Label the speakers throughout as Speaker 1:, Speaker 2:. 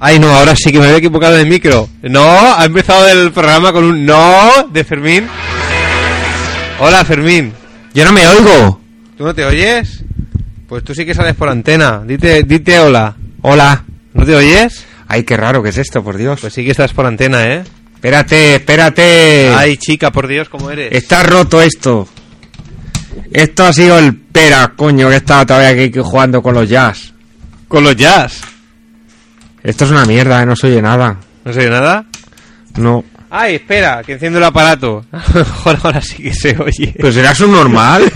Speaker 1: Ay, no, ahora sí que me había equivocado de micro. No, ha empezado el programa con un no de Fermín. Hola, Fermín.
Speaker 2: Yo no me oigo.
Speaker 1: ¿Tú no te oyes? Pues tú sí que sales por antena. Dite, dite hola.
Speaker 2: Hola.
Speaker 1: ¿No te oyes?
Speaker 2: Ay, qué raro que es esto, por Dios.
Speaker 1: Pues sí que estás por antena, ¿eh?
Speaker 2: Espérate, espérate.
Speaker 1: Ay, chica, por Dios, ¿cómo eres?
Speaker 2: Está roto esto. Esto ha sido el pera, coño, que estaba todavía aquí jugando con los jazz.
Speaker 1: Con los jazz.
Speaker 2: Esto es una mierda, eh, no se oye nada.
Speaker 1: ¿No se oye nada?
Speaker 2: No.
Speaker 1: Ay, espera, que enciendo el aparato. A lo mejor ahora sí que se oye.
Speaker 2: Pero será un normal.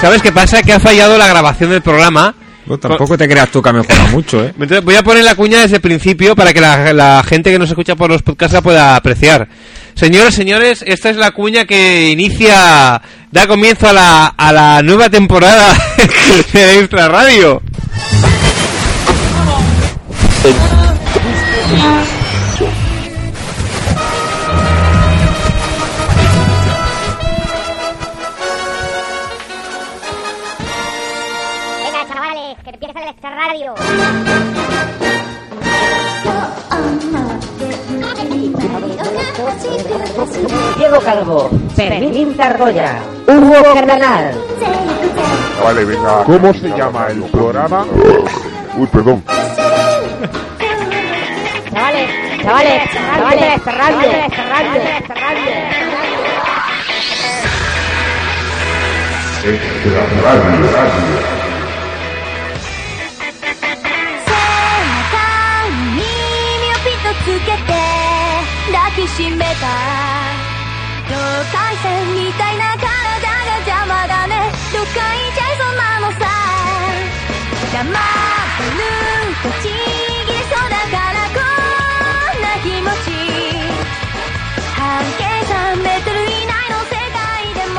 Speaker 1: ¿Sabes qué pasa? Que ha fallado la grabación del programa.
Speaker 2: No, tampoco te creas tú que ha mejorado mucho, ¿eh?
Speaker 1: Entonces voy a poner la cuña desde el principio para que la, la gente que nos escucha por los podcasts la pueda apreciar. Señoras, señores, esta es la cuña que inicia, da comienzo a la, a la nueva temporada de Extra Radio.
Speaker 3: Venga, chavales, que empieza el extra radio.
Speaker 4: Diego Calvo, Fermín Targoya, Hugo Cardenal,
Speaker 5: Vale, venga.
Speaker 6: ¿Cómo se llama el programa?
Speaker 5: Uy, perdón.
Speaker 3: Chavales, chavales, chavales, extra radio, extra radio, extra radio.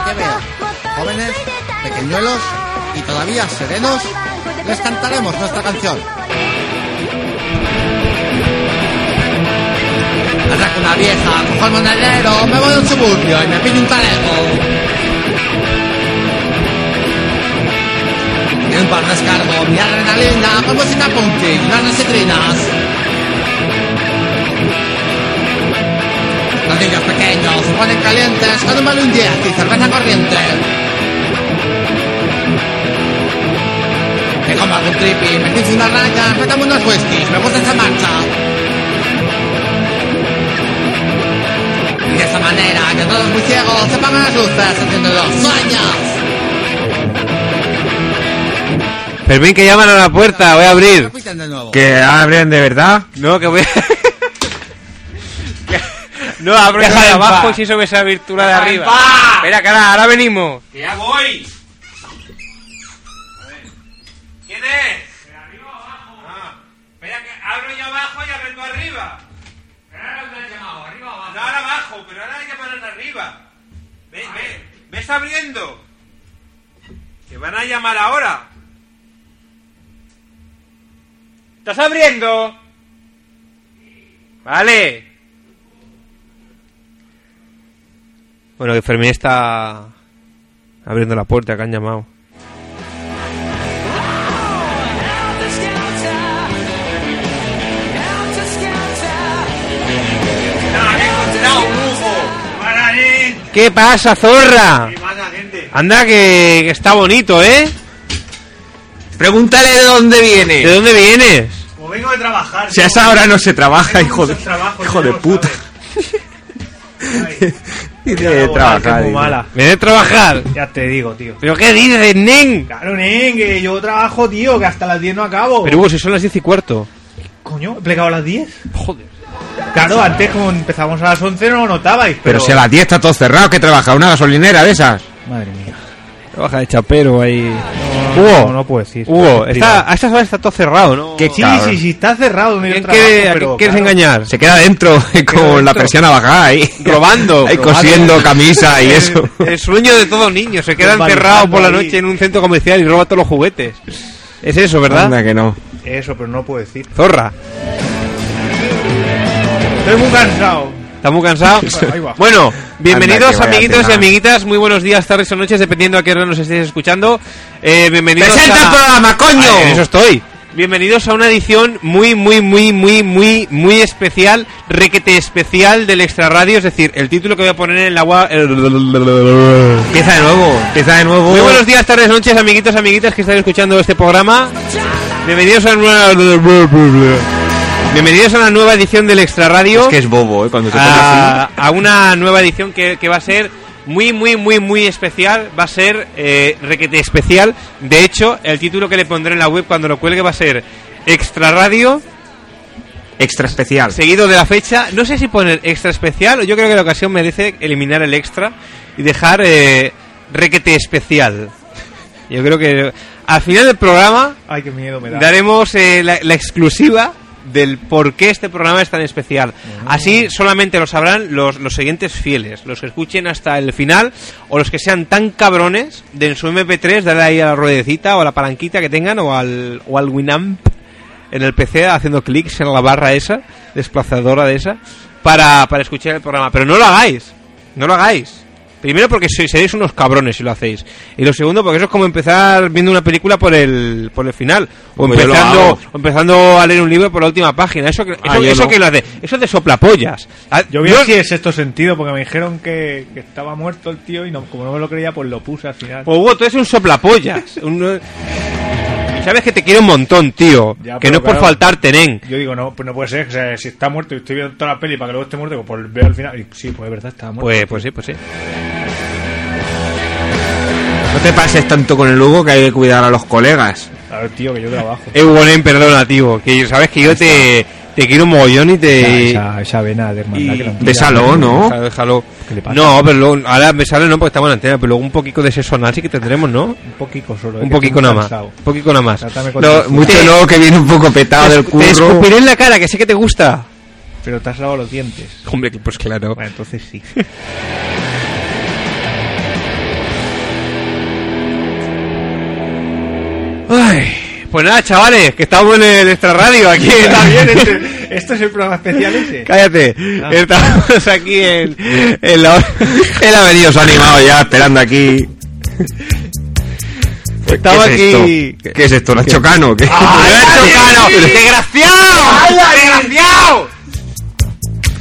Speaker 7: ¿Qué veo? Jóvenes, pequeñuelos y todavía serenos, les cantaremos nuestra canción. Arranco una vieja, cojo el monedero, me voy a un suburbio y me pido un tarejo. Y un par descargo, mi adrenalina, con música punky y unas citrinas. Los niños pequeños se ponen calientes con un balón 10 y cerveza corriente. Me como algún trippy, me pincho una raya, me tomo unos whiskies, me gusta esa marcha. Y de esa manera, que todos muy ciegos, se apagan las luces haciendo los sueños.
Speaker 1: Fermín, que llaman a la puerta, voy a abrir.
Speaker 7: Repiten de nuevo.
Speaker 2: ¿Que abren de verdad?
Speaker 1: No, que voy a... Que- No, abro yo
Speaker 2: Deja
Speaker 1: de
Speaker 2: en
Speaker 1: abajo
Speaker 2: paz.
Speaker 1: y si sube esa virtura de
Speaker 2: Deja en
Speaker 1: arriba.
Speaker 2: paz.
Speaker 1: Espera, cara, ahora venimos.
Speaker 2: ¡Ya voy!
Speaker 1: ¿Quién es? De arriba o abajo. Espera, que abro yo abajo y abro tú arriba. Pero ahora me has llamado, arriba o abajo. No, ahora abajo, pero ahora hay que poner arriba. Ve, ve, ves abriendo. Que van a llamar ahora. ¿Estás abriendo? Vale. Bueno, que Fermín está abriendo la puerta que han llamado.
Speaker 8: eh.
Speaker 1: ¿Qué pasa, zorra? Anda, que, que está bonito, ¿eh?
Speaker 2: Pregúntale de dónde
Speaker 1: ¿De
Speaker 2: viene.
Speaker 1: dónde vienes?
Speaker 8: Como vengo de trabajar.
Speaker 2: Si a esa hora no se trabaja,
Speaker 8: Tengo
Speaker 2: hijo de,
Speaker 8: muchos trabajos,
Speaker 2: hijo
Speaker 8: ya
Speaker 2: de
Speaker 8: lo
Speaker 2: puta. Tiene que trabajar.
Speaker 8: muy
Speaker 2: dice.
Speaker 8: mala.
Speaker 1: ¿Viene a trabajar?
Speaker 8: Ya te digo, tío.
Speaker 1: ¿Pero qué dices, nen?
Speaker 8: Claro, nen, que yo trabajo, tío, que hasta las 10 no acabo.
Speaker 1: Pero Hugo, si son las diez y cuarto.
Speaker 8: Coño, he plegado a las 10.
Speaker 1: Joder.
Speaker 8: Claro, antes como empezábamos a las 11 no lo notabais. Pero,
Speaker 2: Pero si a las 10 está todo cerrado, que trabaja una gasolinera de esas.
Speaker 8: Madre mía.
Speaker 1: Baja de chapero ahí.
Speaker 8: No,
Speaker 1: Hugo,
Speaker 2: Oh.
Speaker 8: no, no puedo decir.
Speaker 1: Hugo, está, a estas horas está todo cerrado, ¿no?
Speaker 2: Qué
Speaker 8: Sí,
Speaker 2: Cabrón.
Speaker 8: sí, sí, está cerrado donde yo
Speaker 1: ¿Quién
Speaker 8: trabajo,
Speaker 1: quiere- a
Speaker 8: pero,
Speaker 1: quién quieres
Speaker 8: claro,
Speaker 1: engañar?
Speaker 2: Se queda dentro
Speaker 1: dentro.
Speaker 2: con la persiana bajada ahí.
Speaker 1: Robando,
Speaker 2: Ahí
Speaker 1: robando.
Speaker 2: cosiendo camisa
Speaker 1: Eh,
Speaker 2: y eso.
Speaker 1: El sueño de todo niño, se queda
Speaker 8: Vandalizando
Speaker 1: encerrado por la
Speaker 8: ahí.
Speaker 1: noche en un centro comercial y roba todos los juguetes. Es eso, ¿verdad?
Speaker 2: Anda que no.
Speaker 8: Eso, pero no lo puedo decir.
Speaker 1: Zorra.
Speaker 8: Estoy muy cansado.
Speaker 1: Está muy cansado.
Speaker 8: Ahí va.
Speaker 1: Bueno, bienvenidos
Speaker 2: Anda, que vaya
Speaker 1: amiguitos y
Speaker 2: tela.
Speaker 1: amiguitas. Muy buenos días, tardes o noches, dependiendo a qué hora nos estéis escuchando. Eh, bienvenidos
Speaker 2: ¡Presenta
Speaker 1: a...
Speaker 2: el programa, coño!
Speaker 1: Ay, en eso estoy. Bienvenidos a una edición muy, muy, muy, muy, muy, muy especial, requete especial del Extra Radio. Es decir, el título que voy a poner en el agua.
Speaker 2: Empieza de nuevo, empieza de nuevo.
Speaker 1: Muy buenos días, tardes, noches, amiguitos, amiguitas que están escuchando este programa. Bienvenidos a una... Bienvenidos a una nueva edición del Extra Radio.
Speaker 2: Es que es bobo, ¿eh? Cuando se pone
Speaker 1: a,
Speaker 2: así.
Speaker 1: a una nueva edición que, que va a ser muy, muy, muy, muy especial. Va a ser eh, requete especial. De hecho, el título que le pondré en la web cuando lo cuelgue va a ser Extra Radio,
Speaker 2: Extra especial.
Speaker 1: seguido de la fecha. No sé si poner extra especial o yo creo que la ocasión merece eliminar el extra y dejar eh, requete especial. Yo creo que al final del programa
Speaker 8: Ay, qué miedo me da.
Speaker 1: daremos eh, la, la exclusiva del por qué este programa es tan especial. Así solamente lo sabrán los, los siguientes fieles, los que escuchen hasta el final o los que sean tan cabrones de en su MP3 darle ahí a la ruedecita o a la palanquita que tengan o al, o al Winamp en el PC haciendo clics en la barra esa, desplazadora de esa, para, para escuchar el programa. Pero no lo hagáis, no lo hagáis. Primero porque sois, seréis unos cabrones si lo hacéis. Y lo segundo porque eso es como empezar viendo una película por el, por el final. O
Speaker 2: Pues yo lo
Speaker 1: empezando,
Speaker 2: hago.
Speaker 1: o empezando a leer un libro por la última página. Eso que, eso,
Speaker 2: Ah, yo
Speaker 1: eso
Speaker 2: no.
Speaker 1: que lo hace. Eso de soplapollas. Ah,
Speaker 8: Yo vi
Speaker 1: no-
Speaker 8: así es sexto sentido porque me dijeron que, que estaba muerto el tío y no, como no me lo creía, pues lo puse al final.
Speaker 1: Pues Hugo, tú eres un soplapollas. un- sabes que te quiero un montón, tío.
Speaker 8: Ya,
Speaker 1: que
Speaker 8: pero
Speaker 1: no es por
Speaker 8: claro.
Speaker 1: faltarte, nen.
Speaker 8: Yo digo, no, pues no puede ser, o sea, si está muerto y estoy viendo toda la peli para que luego esté muerto, pues veo al final. Y sí, pues es verdad, estaba muerto.
Speaker 1: Pues, pues sí, pues sí.
Speaker 2: No te pases tanto con el Hugo que hay que cuidar a los colegas.
Speaker 8: A ver, tío, que yo trabajo.
Speaker 1: Ewonen, perdona, tío. Que yo- sabes que yo te, te quiero un mogollón y te.
Speaker 8: Ah, esa, esa vena de hermandad que la
Speaker 1: Y-
Speaker 8: antigua-
Speaker 2: Bésalo, ¿no?
Speaker 1: Déjalo, déjalo.
Speaker 8: ¿Qué le pasa?
Speaker 1: No, pero luego, ahora besalo no porque estamos en antena, pero luego un poquito de sexo anal sí que tendremos, ¿no?
Speaker 8: Un poquito solo. eh,
Speaker 1: Un
Speaker 8: que
Speaker 1: poquito
Speaker 8: estoy
Speaker 1: nada
Speaker 8: muy
Speaker 1: más.
Speaker 8: cansado.
Speaker 1: Un poquito nada más.
Speaker 8: Trátame con
Speaker 1: No,
Speaker 8: dulzura.
Speaker 1: mucho
Speaker 2: Mucho
Speaker 1: no.
Speaker 2: no, que viene un poco petado del
Speaker 1: Te
Speaker 2: curro.
Speaker 1: escupiré en la cara, que sé que te gusta.
Speaker 8: Pero te has lavado los dientes.
Speaker 1: Hombre, pues claro.
Speaker 8: Bueno, entonces sí.
Speaker 1: Ay, pues nada, chavales, que estamos en el extra radio aquí. en-
Speaker 8: Está bien, este, esto es el programa especial ese.
Speaker 1: Cállate. este, Estamos aquí en, en la
Speaker 2: Él ha venido, se ha animado ya, esperando aquí.
Speaker 1: Estaba
Speaker 2: ¿Qué es
Speaker 1: aquí-
Speaker 2: esto? ¿Qué es esto? ¿La Chocano? ¿Qué?
Speaker 1: ¡Ay, Chocano! ¡Desgraciado! ¡Desgraciado!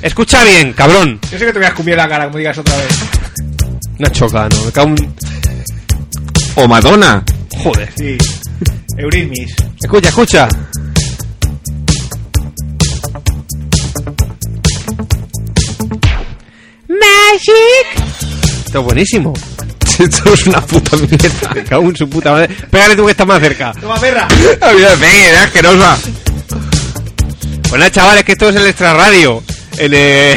Speaker 1: Escucha bien, cabrón.
Speaker 8: Yo sé que te voy a escupir en la cara, como digas otra vez.
Speaker 1: No Chocano, me cago en-
Speaker 2: ¿O Madonna?
Speaker 1: Joder.
Speaker 8: Sí. Eurismis.
Speaker 1: Escucha, escucha. Magic. Esto es buenísimo.
Speaker 2: Esto es una puta mierda.
Speaker 1: Me cago en su puta madre. Pégale tú que estás más cerca.
Speaker 8: Toma, perra.
Speaker 2: La vida de Peggy era asquerosa.
Speaker 1: Bueno, Pues chavales, que esto es el extra radio. En, eh,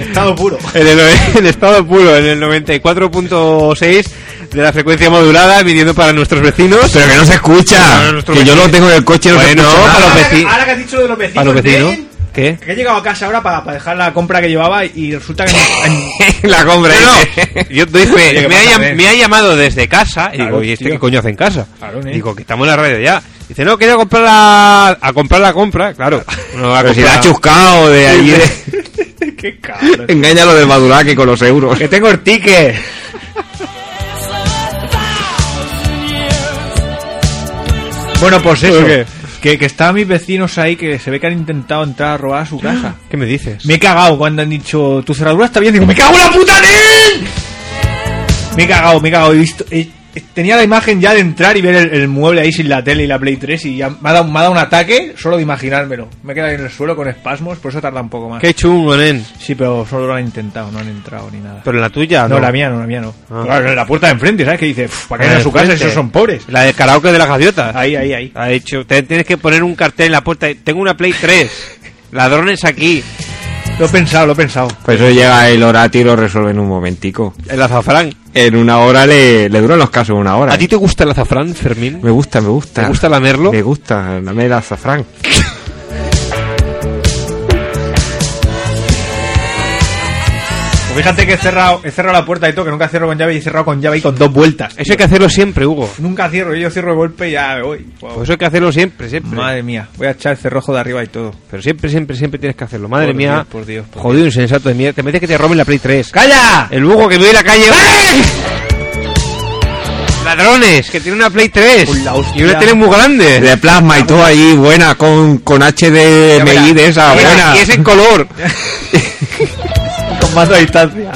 Speaker 8: Estado puro.
Speaker 1: en el, en estado puro, en el 94.6 de la frecuencia modulada, midiendo para nuestros vecinos.
Speaker 2: Pero que no se escucha.
Speaker 1: Bueno, nuestro
Speaker 2: que yo
Speaker 1: vecino.
Speaker 2: lo tengo en el coche y no
Speaker 1: Bueno,
Speaker 2: se escucha.
Speaker 1: para los
Speaker 2: nada.
Speaker 8: Ahora que-
Speaker 1: vecinos.
Speaker 8: Ahora que has dicho lo de los vecinos.
Speaker 1: Para los vecinos.
Speaker 8: Nen,
Speaker 1: ¿Qué?
Speaker 8: Que he llegado a casa ahora para, para dejar la compra que llevaba y, y resulta que no-
Speaker 2: La compra.
Speaker 1: No,
Speaker 2: dice.
Speaker 1: no, yo doy fe.
Speaker 8: Oye, ¿qué
Speaker 1: me, ha,
Speaker 8: pasa,
Speaker 1: llam-
Speaker 8: Ben?
Speaker 1: me ha llamado desde casa y
Speaker 8: Claro,
Speaker 1: digo, ¿y este
Speaker 8: tío.
Speaker 1: qué coño hace en casa?
Speaker 8: Claro, ¿eh?
Speaker 1: digo, que estamos en la radio ya. Dice, no, quería comprar la... a comprar la compra, claro. No va a
Speaker 2: Pero si la ha
Speaker 1: comprar-
Speaker 2: chuscado de allí.
Speaker 8: Qué cabrón.
Speaker 2: Engáñalo del Maduraque con los euros.
Speaker 8: Que tengo el ticket. Bueno, pues eso.
Speaker 1: ¿Qué?
Speaker 8: Que, que estaban mis vecinos ahí que se ve que han intentado entrar a robar a su casa.
Speaker 1: ¿Qué me dices?
Speaker 8: Me he cagado cuando han dicho tu cerradura está bien. Digo, me cago en la puta NEN! Me he cagado, me he cagado. He visto, he- he- tenía la imagen ya de entrar y ver el, el mueble ahí sin la tele y la Play 3 y ya me ha dado, me ha dado un ataque solo de imaginármelo. Me he quedado en el suelo con espasmos, por eso tarda un poco más.
Speaker 1: Qué chungo, nen.
Speaker 8: Sí, pero solo lo han intentado, no han entrado ni nada.
Speaker 1: Pero en la tuya,
Speaker 8: No, Ah, la mía no, la mía no.
Speaker 1: Ah.
Speaker 8: Claro, la puerta de enfrente, ¿sabes? Que dice, "Uf, para que
Speaker 1: La
Speaker 8: vayan
Speaker 1: de
Speaker 8: a su casa,
Speaker 1: frente.
Speaker 8: esos son pobres.
Speaker 1: La del karaoke de las gaviotas.
Speaker 8: Ahí, ahí, ahí.
Speaker 1: Ha dicho, te- tienes que poner un cartel en la puerta. Tengo una Play 3. Ladrones aquí.
Speaker 8: Lo he pensado, lo he pensado.
Speaker 2: Pues eso llega el Orati y lo resuelve en un momentico.
Speaker 1: El azafrán.
Speaker 2: En una hora le, le duran los casos una hora.
Speaker 1: ¿A ti
Speaker 2: eh.
Speaker 1: te gusta el azafrán, Fermín?
Speaker 2: Me gusta, me gusta.
Speaker 1: ¿Te gusta lamerlo?
Speaker 2: Me gusta, la mera azafrán.
Speaker 8: Pues fíjate que he cerrado, he cerrado la puerta y todo, que nunca cierro con llave y he cerrado con llave y con dos vueltas.
Speaker 1: Eso hay que hacerlo siempre, Hugo.
Speaker 8: Nunca cierro, yo cierro de golpe y ya me voy. Wow.
Speaker 1: Pues eso hay que hacerlo siempre, siempre.
Speaker 8: Madre mía, voy a echar el cerrojo de arriba y todo.
Speaker 1: Pero siempre, siempre, siempre tienes que hacerlo. Madre
Speaker 8: Por
Speaker 1: mía.
Speaker 8: Dios, por Dios, por
Speaker 1: Jodido, insensato de mierda. Te metes que te roben la Play 3.
Speaker 8: ¡Calla!
Speaker 1: El Hugo que me voy a la calle. ¡Ven! La ladrones, que tiene una Play 3
Speaker 8: Uy, la
Speaker 1: y
Speaker 8: hostia.
Speaker 1: una tele muy grande.
Speaker 2: De plasma y todo ahí, buena, con, con
Speaker 1: Ya verás.
Speaker 2: HDMI de esa,
Speaker 1: Y es-
Speaker 2: buena.
Speaker 1: Y es en color.
Speaker 8: Con más a distancia.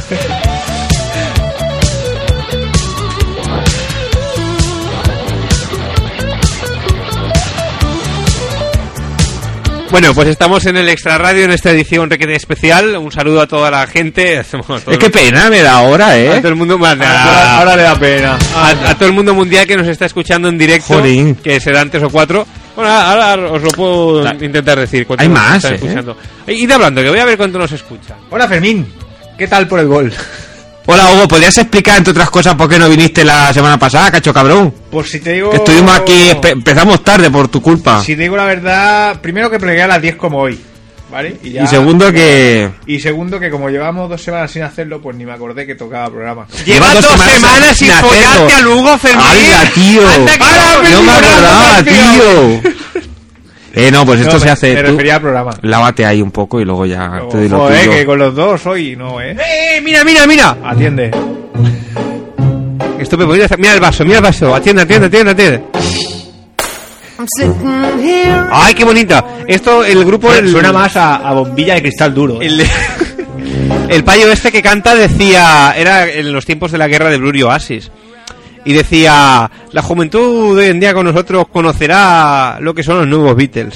Speaker 1: Bueno, pues estamos en el Extra Radio en esta edición requete especial. Un saludo a toda la gente. Hacemos a todo
Speaker 2: Es que
Speaker 1: el-
Speaker 2: pena me da ahora,
Speaker 1: a todo
Speaker 2: ¿eh?
Speaker 1: el mundo bueno,
Speaker 8: Ahora,
Speaker 1: a,
Speaker 8: ahora le da pena.
Speaker 1: a- a todo el mundo mundial que nos está escuchando en directo,
Speaker 2: Jolín.
Speaker 1: que serán tres o cuatro. Bueno, ahora ahora os lo puedo
Speaker 2: La-
Speaker 1: intentar decir. cuántos
Speaker 2: Hay
Speaker 1: nos
Speaker 2: más,
Speaker 1: están
Speaker 2: ¿eh?
Speaker 1: escuchando. Id hablando, que voy a ver cuánto nos escuchan.
Speaker 8: Hola Fermín, ¿qué tal por el gol?
Speaker 2: Hola, Hugo, ¿podrías explicar, entre otras cosas, por qué no viniste la semana pasada, cacho cabrón?
Speaker 8: Por si te digo...
Speaker 2: Que estuvimos aquí,
Speaker 1: Oh.
Speaker 2: espe- empezamos tarde por tu culpa.
Speaker 8: Si te digo la verdad, primero que plegué a las 10 como hoy, ¿vale? ya-
Speaker 2: Y segundo que...
Speaker 8: Y segundo que como llevamos dos semanas sin hacerlo, pues ni me acordé que tocaba programa.
Speaker 1: Lleva
Speaker 2: Lleva
Speaker 1: dos,
Speaker 2: dos
Speaker 1: semanas, sin
Speaker 2: semanas sin hacerlo.
Speaker 1: follarte al Hugo Fermín.
Speaker 2: ¡Hala, tío!
Speaker 1: Anda que no-
Speaker 2: ¡No me acordaba, tío! Eh, no, pues esto
Speaker 8: No,
Speaker 2: se
Speaker 8: me-
Speaker 2: hace...
Speaker 8: Me
Speaker 2: tú
Speaker 8: refería al programa.
Speaker 2: Lávate ahí un poco y luego ya te doy lo
Speaker 8: Joder,
Speaker 2: tuyo.
Speaker 8: que con los dos hoy no, ¿eh?
Speaker 1: ¡Eh, eh, mira, mira, mira!
Speaker 8: Atiende.
Speaker 1: Esto me podría hacer- Mira el vaso, mira el vaso. Atiende, atiende, atiende, atiende. ¡Ay, qué bonita! Esto, el grupo... el-
Speaker 8: Suena más a, a bombilla de cristal duro. ¿eh?
Speaker 1: El, el payo este que canta decía, era en los tiempos de la guerra de Blur y Oasis, y decía, la juventud de hoy en día con nosotros conocerá lo que son los nuevos Beatles.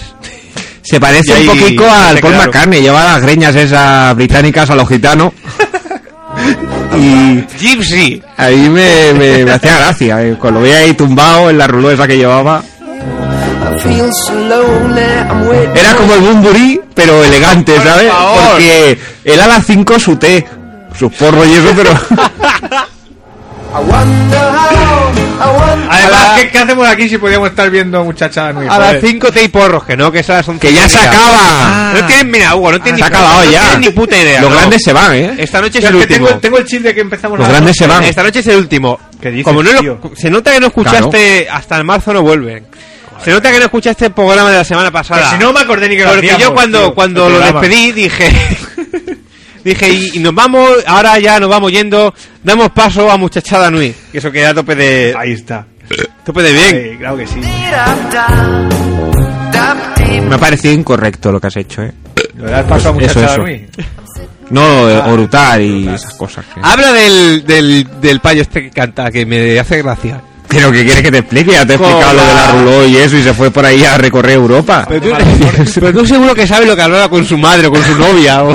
Speaker 2: Se
Speaker 1: Y
Speaker 2: parece
Speaker 1: ahí-
Speaker 2: un poquitico al
Speaker 1: te
Speaker 2: Paul
Speaker 1: quedaron.
Speaker 2: McCartney, lleva las greñas esas británicas a los gitanos. y
Speaker 1: Gypsy.
Speaker 2: a mí me, me, me hacía gracia, eh, cuando lo veía ahí tumbado en la ruló esa que llevaba. Era como el Bumburi, pero elegante, ¿sabes?
Speaker 1: favor.
Speaker 2: Porque él a las 5 su té, sus porros y eso, pero...
Speaker 8: Además, ¿qué, qué hacemos aquí si podíamos estar viendo muchachas nuevas?
Speaker 1: A las 5 te hay porros, que no, que esas son
Speaker 2: ¡Que ya se
Speaker 1: cinco, mira.
Speaker 2: acaba! Ah,
Speaker 1: No tienen, mira, Hugo, no tienen
Speaker 2: se ha
Speaker 1: ni, puta-
Speaker 2: acabado
Speaker 1: no
Speaker 2: ya.
Speaker 1: tienen ni puta idea.
Speaker 2: Los
Speaker 1: no.
Speaker 2: grandes se van, ¿eh?
Speaker 1: Esta noche es
Speaker 8: Pero
Speaker 1: el
Speaker 8: que
Speaker 1: último.
Speaker 8: tengo, tengo el chip de que empezamos
Speaker 2: Los
Speaker 8: la-
Speaker 2: grandes se van.
Speaker 1: Esta noche es el último.
Speaker 8: ¿Qué dices,
Speaker 1: Como no lo-
Speaker 8: tío?
Speaker 1: se nota que no escuchaste hasta el marzo no vuelven. Se nota que no escuchaste el programa de la semana
Speaker 8: Que
Speaker 1: pasada.
Speaker 8: si no me acordé ni que lo
Speaker 1: Porque
Speaker 8: hacíamos,
Speaker 1: yo cuando,
Speaker 8: tío,
Speaker 1: cuando
Speaker 8: el
Speaker 1: lo
Speaker 8: programa.
Speaker 1: despedí dije... dije, y, y nos vamos, ahora ya nos vamos yendo, damos paso a Muchachada Nui. Que eso queda a tope de...
Speaker 8: Ahí está.
Speaker 1: tope de bien.
Speaker 8: Sí, claro que sí.
Speaker 2: Me ha parecido incorrecto lo que has hecho, ¿eh?
Speaker 8: Lo das paso a
Speaker 2: Pues eso, eso.
Speaker 8: muchachada Nui.
Speaker 2: No,
Speaker 1: Ah,
Speaker 2: eh, orutar y esas cosas. que-
Speaker 1: Habla del, del, del payo este que canta, que me hace gracia.
Speaker 2: Pero que quieres que te explique, ya te he
Speaker 1: Con
Speaker 2: explicado lo de
Speaker 1: la-
Speaker 2: la ruló y eso y se fue por ahí a recorrer Europa.
Speaker 1: Pero tú, pero tú seguro que sabes lo que hablaba con su madre o con su novia. o-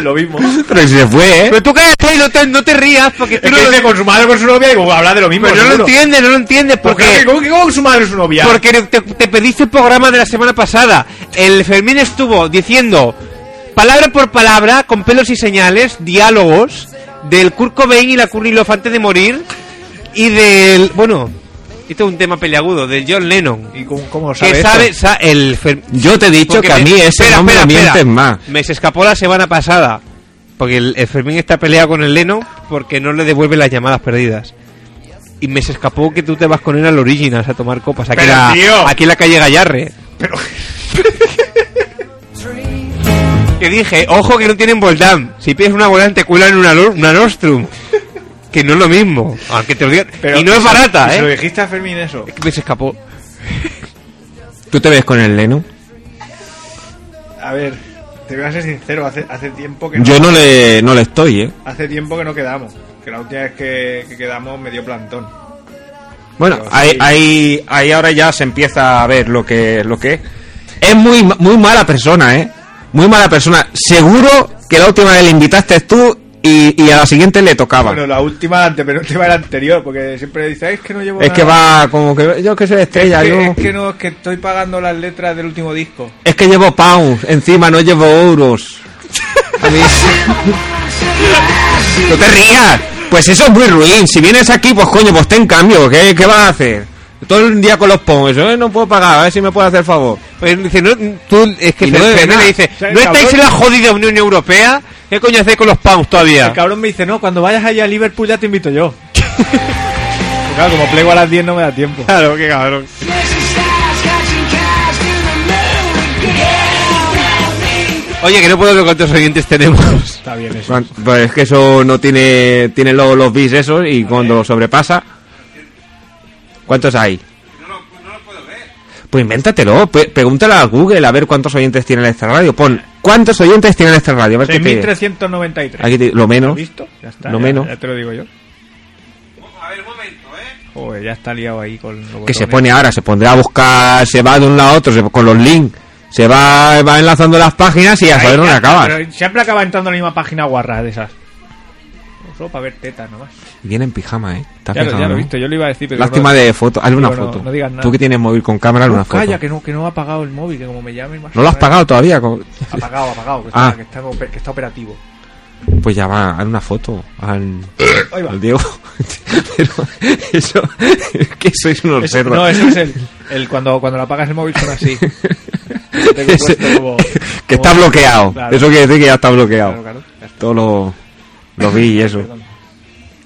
Speaker 8: Lo mismo.
Speaker 2: Pero si se fue, ¿eh?
Speaker 1: Pero tú cállate y no te, no te rías porque tú
Speaker 8: Es
Speaker 1: no
Speaker 8: que
Speaker 1: lo-
Speaker 8: dice con su madre o con su novia y como habla de lo mismo.
Speaker 1: Pero no lo
Speaker 8: seguro.
Speaker 1: entiendes, no lo entiendes
Speaker 8: Porque
Speaker 1: porque...
Speaker 8: ¿Cómo que con su madre o su novia?
Speaker 1: Porque te, te pediste el programa de la semana pasada. El Fermín estuvo diciendo palabra por palabra, con pelos y señales, diálogos del Kurt Cobain y la Courtney Love antes de morir y del bueno, esto es un tema peleagudo del John Lennon.
Speaker 8: ¿Y cómo, cómo lo sabe
Speaker 1: Que
Speaker 8: esto?
Speaker 1: sabe, sa- el Fer-
Speaker 2: Yo te he dicho
Speaker 1: porque
Speaker 2: que a
Speaker 1: me-
Speaker 2: mí ese
Speaker 1: espera,
Speaker 2: nombre
Speaker 1: espera,
Speaker 2: mientes
Speaker 1: espera.
Speaker 2: más.
Speaker 1: Me se escapó la semana pasada. Porque el, el Fermín está peleado con el Leno porque no le devuelve las llamadas perdidas. Y me se escapó que tú te vas con él al Originals a tomar copas. Aquí,
Speaker 8: Pero,
Speaker 1: en la-
Speaker 8: tío.
Speaker 1: aquí en la calle Gallarre. Pero... que dije, ojo que no tienen Voldam. Si pides una Voldam te cuelan una, Lo- una Nostrum. que no es lo mismo. Aunque te lo digan.
Speaker 8: Pero-
Speaker 1: y no es
Speaker 8: ¿Y
Speaker 1: barata,
Speaker 8: Se lo
Speaker 1: ¿eh?
Speaker 8: dijiste a Fermín eso.
Speaker 1: Es que me se escapó.
Speaker 2: ¿Tú te ves con el Leno?
Speaker 8: A ver, te voy a ser sincero, hace, hace tiempo que no,
Speaker 2: Yo no le, no le estoy, ¿eh?
Speaker 8: hace tiempo que no quedamos. Que la última vez que, que quedamos medio plantón.
Speaker 2: Bueno,
Speaker 8: Pero
Speaker 2: ahí,
Speaker 8: sí.
Speaker 2: ahí, ahí ahora ya se empieza a ver lo que, lo que es. Es muy, ma- muy mala persona, ¿eh? Muy mala persona. Seguro que la última vez le invitaste tú y, y a la siguiente le tocaba.
Speaker 8: Bueno, la última, la antepenúltima era anterior, porque siempre dice, "Ay, es que no llevo
Speaker 2: es que
Speaker 8: nada".
Speaker 2: va como que... Yo que soy estrella,
Speaker 8: Es
Speaker 2: yo...
Speaker 8: que, es que no, es que estoy pagando las letras del último disco.
Speaker 2: Es que llevo pounds, encima no llevo euros. A mí- no te rías. Pues eso es muy ruin. Si vienes aquí, pues coño, pues ten cambio. ¿Qué, qué vas a hacer? Todo el día con los pounds. Yo no puedo pagar, a ver si me puedes hacer favor.
Speaker 1: Pues dice, no, tú, es que
Speaker 2: Y no
Speaker 1: Fer-
Speaker 2: debe
Speaker 1: Fernández
Speaker 2: nada.
Speaker 1: le dice,
Speaker 8: O sea, el
Speaker 1: ¿no estáis
Speaker 8: cabrón-
Speaker 1: en la jodida Unión Europea? ¿Qué coño hacéis con los pounds todavía?
Speaker 8: El cabrón me dice, no, cuando vayas allá a Liverpool ya te invito yo. Pues claro, como plego a las 10 no me da tiempo.
Speaker 1: Claro, qué cabrón. Oye, que no puedo ver cuántos oyentes tenemos.
Speaker 8: Está bien eso.
Speaker 2: Bueno, Pues es que eso no tiene tiene luego los bis esos y cuando lo sobrepasa... ¿Cuántos hay?
Speaker 9: No lo, no lo puedo ver.
Speaker 2: Pues invéntatelo, pe- pregúntale a Google a ver cuántos oyentes tiene la extra radio. Pon, ¿cuántos oyentes tiene la extra radio? A ver qué te-
Speaker 8: 6.393.
Speaker 2: Aquí te- lo menos.
Speaker 8: ¿Has visto? Ya está.
Speaker 2: Lo
Speaker 8: ya-
Speaker 2: menos.
Speaker 8: Ya te lo digo yo.
Speaker 9: A ver, un momento, ¿eh?
Speaker 8: Joder, ya está liado ahí con los
Speaker 2: que
Speaker 8: botones.
Speaker 2: se pone ahora, se pondrá a buscar, se va de un lado a otro, se- con los links, se va, va enlazando las páginas y a
Speaker 8: Ahí
Speaker 2: saber dónde
Speaker 8: ya está,
Speaker 2: acaba.
Speaker 8: pero siempre acaba entrando en la misma página guarra de esas. Solo para ver tetas nomás.
Speaker 2: Y viene en pijama, ¿eh? ¿Te has
Speaker 8: Ya, lo-
Speaker 2: fijado,
Speaker 8: ya lo he
Speaker 2: no?
Speaker 8: visto, yo lo iba a decir, pero.
Speaker 2: Lástima
Speaker 8: no-
Speaker 2: de foto, hazle una
Speaker 8: Digo, no-
Speaker 2: foto.
Speaker 8: no digas nada.
Speaker 2: Tú que tienes móvil con cámara, hazle
Speaker 8: Oh,
Speaker 2: una foto.
Speaker 8: Calla, que no, que no ha apagado el móvil, que como me llamen más.
Speaker 2: ¿No lo has pagado todavía? co-
Speaker 8: Apagado, apagado, que,
Speaker 2: Ah.
Speaker 8: está, que, está, oper- que está operativo.
Speaker 2: Pues ya va, haz una foto al,
Speaker 8: Ahí va.
Speaker 2: al Diego. Pero eso, es que sois unos
Speaker 8: Ese-
Speaker 2: cerdos.
Speaker 8: no, ese es el, el cuando, cuando lo apagas el móvil son así. Lo tengo
Speaker 2: Ese-
Speaker 8: puesto como-
Speaker 2: que
Speaker 8: como-
Speaker 2: está bloqueado.
Speaker 8: Claro,
Speaker 2: Eso quiere decir que ya está bloqueado.
Speaker 8: claro, claro.
Speaker 2: Todo lo, lo vi y eso.
Speaker 8: Perdón.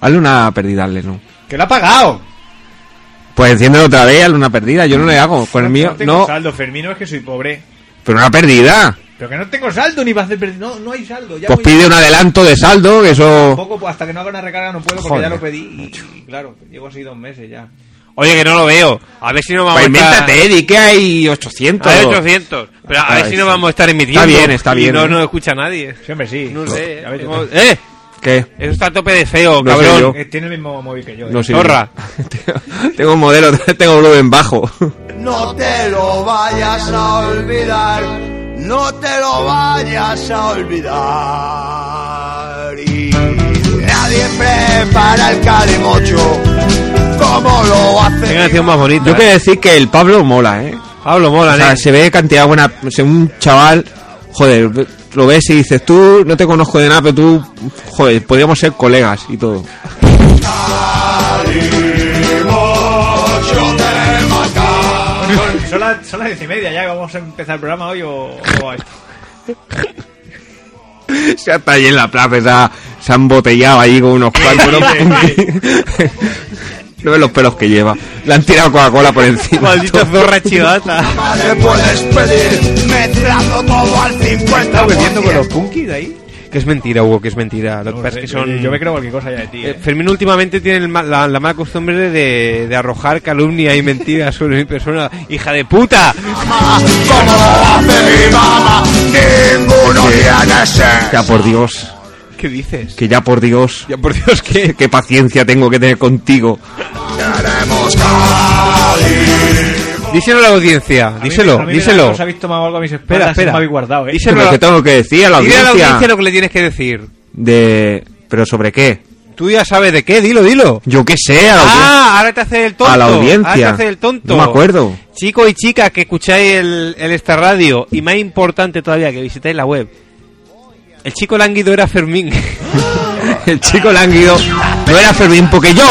Speaker 2: Hazle una perdida, hazle, ¿no?
Speaker 8: ¡Que lo ha apagado!
Speaker 2: Pues enciéndelo otra vez, hazle una perdida. Yo no le hago. Con el mío,
Speaker 8: no tengo
Speaker 2: no.
Speaker 8: saldo, Fermino, es que soy pobre.
Speaker 2: Pero una perdida.
Speaker 8: Pero que no tengo saldo ni va a hacer perdi- No, no hay saldo. Ya
Speaker 2: Pues
Speaker 8: voy-
Speaker 2: pide un adelanto de saldo, que eso.
Speaker 8: Tampoco, pues, hasta que no haga una recarga no puedo porque
Speaker 2: Joder,
Speaker 8: ya lo pedí. y- Y, claro, llevo así dos meses ya.
Speaker 1: Oye, que no lo veo. A ver si no vamos
Speaker 2: Pues
Speaker 1: a estar...
Speaker 2: invéntate, di que hay 800.
Speaker 1: Hay 800. Pero a
Speaker 2: Ah,
Speaker 1: ver si no
Speaker 2: está.
Speaker 1: vamos a estar emitiendo.
Speaker 2: Está bien, está
Speaker 1: Y
Speaker 2: bien,
Speaker 1: No
Speaker 2: ¿eh?
Speaker 1: nos escucha nadie.
Speaker 8: Sí, hombre, sí.
Speaker 1: No sé.
Speaker 8: Ya ves tú.
Speaker 1: tengo- ¡Eh!
Speaker 2: ¿Qué?
Speaker 1: Eso está a tope de feo,
Speaker 2: No sé yo.
Speaker 1: cabrón.
Speaker 8: Eh, Tiene el mismo móvil que yo. eh.
Speaker 2: No sé.
Speaker 1: Zorra.
Speaker 2: tengo un modelo, tengo uno en bajo.
Speaker 3: No te lo vayas a olvidar, no te lo vayas a olvidar. Y nadie prepara el calimocho como lo
Speaker 1: Qué
Speaker 3: hace.
Speaker 1: canción más bonita.
Speaker 2: Yo
Speaker 1: eh.
Speaker 2: quiero decir que el Pablo mola, ¿eh?
Speaker 1: Pablo
Speaker 2: O
Speaker 1: mola,
Speaker 2: sea,
Speaker 1: ¿eh?
Speaker 2: se ve cantidad buena. o sea, un chaval, joder, lo ves y dices, tú no te conozco de nada, pero tú, joder, podríamos ser colegas y todo.
Speaker 8: Son, son las, son las diez y media ya. ¿Vamos a empezar el programa hoy o, o esto?
Speaker 2: Se hasta allí en la plaza, se, ha- se han botellado ahí con unos cuantos. ¿no? No ves los pelos que lleva. Le han tirado Coca-Cola por encima.
Speaker 1: Maldita zorra chivata.
Speaker 3: Te puedes pedir mezclando todo al 50%.
Speaker 8: punkis ahí?
Speaker 1: Que es mentira, Hugo, que es mentira. Lo que pasa es que son...
Speaker 8: eh, Yo me creo cualquier cosa ya de ti.
Speaker 1: Eh,
Speaker 8: eh.
Speaker 1: Fermín últimamente tiene el ma- la, la mala costumbre de, de arrojar calumnia y mentiras sobre mi persona. ¡Hija de puta!
Speaker 3: como lo hace mi mamá, ninguno tiene ese.
Speaker 2: Ya por Dios,
Speaker 1: ¿Qué dices?
Speaker 2: que ya por Dios,
Speaker 1: Ya por Dios, ¿qué?
Speaker 2: qué paciencia tengo que tener contigo.
Speaker 3: Queremos Cádiz.
Speaker 1: Díselo a la audiencia.
Speaker 8: A mí- a
Speaker 1: díselo,
Speaker 8: mí me da-
Speaker 1: díselo.
Speaker 8: ¿Os habéis tomado algo a mis
Speaker 1: Espera,
Speaker 8: espera,
Speaker 1: espera.
Speaker 8: Me habéis guardado, eh.
Speaker 1: Díselo
Speaker 2: Pero
Speaker 1: a
Speaker 2: que
Speaker 1: la,
Speaker 2: tengo que decir a la
Speaker 1: dile a la
Speaker 2: audiencia
Speaker 1: audiencia lo que le tienes que decir.
Speaker 2: de... ¿Pero sobre qué?
Speaker 1: Tú ya sabes de qué, dilo, dilo.
Speaker 2: Yo qué sé, a la audiencia.
Speaker 1: Ah, ahora te hace el tonto.
Speaker 2: a la
Speaker 1: Ahora te
Speaker 2: audiencia.
Speaker 1: hace el tonto.
Speaker 2: No me acuerdo.
Speaker 1: Chicos y chicas que escucháis el, el Esta Radio y más importante todavía que visitáis la web. El chico lánguido era Fermín.
Speaker 2: El chico lánguido no era Fermín porque yo,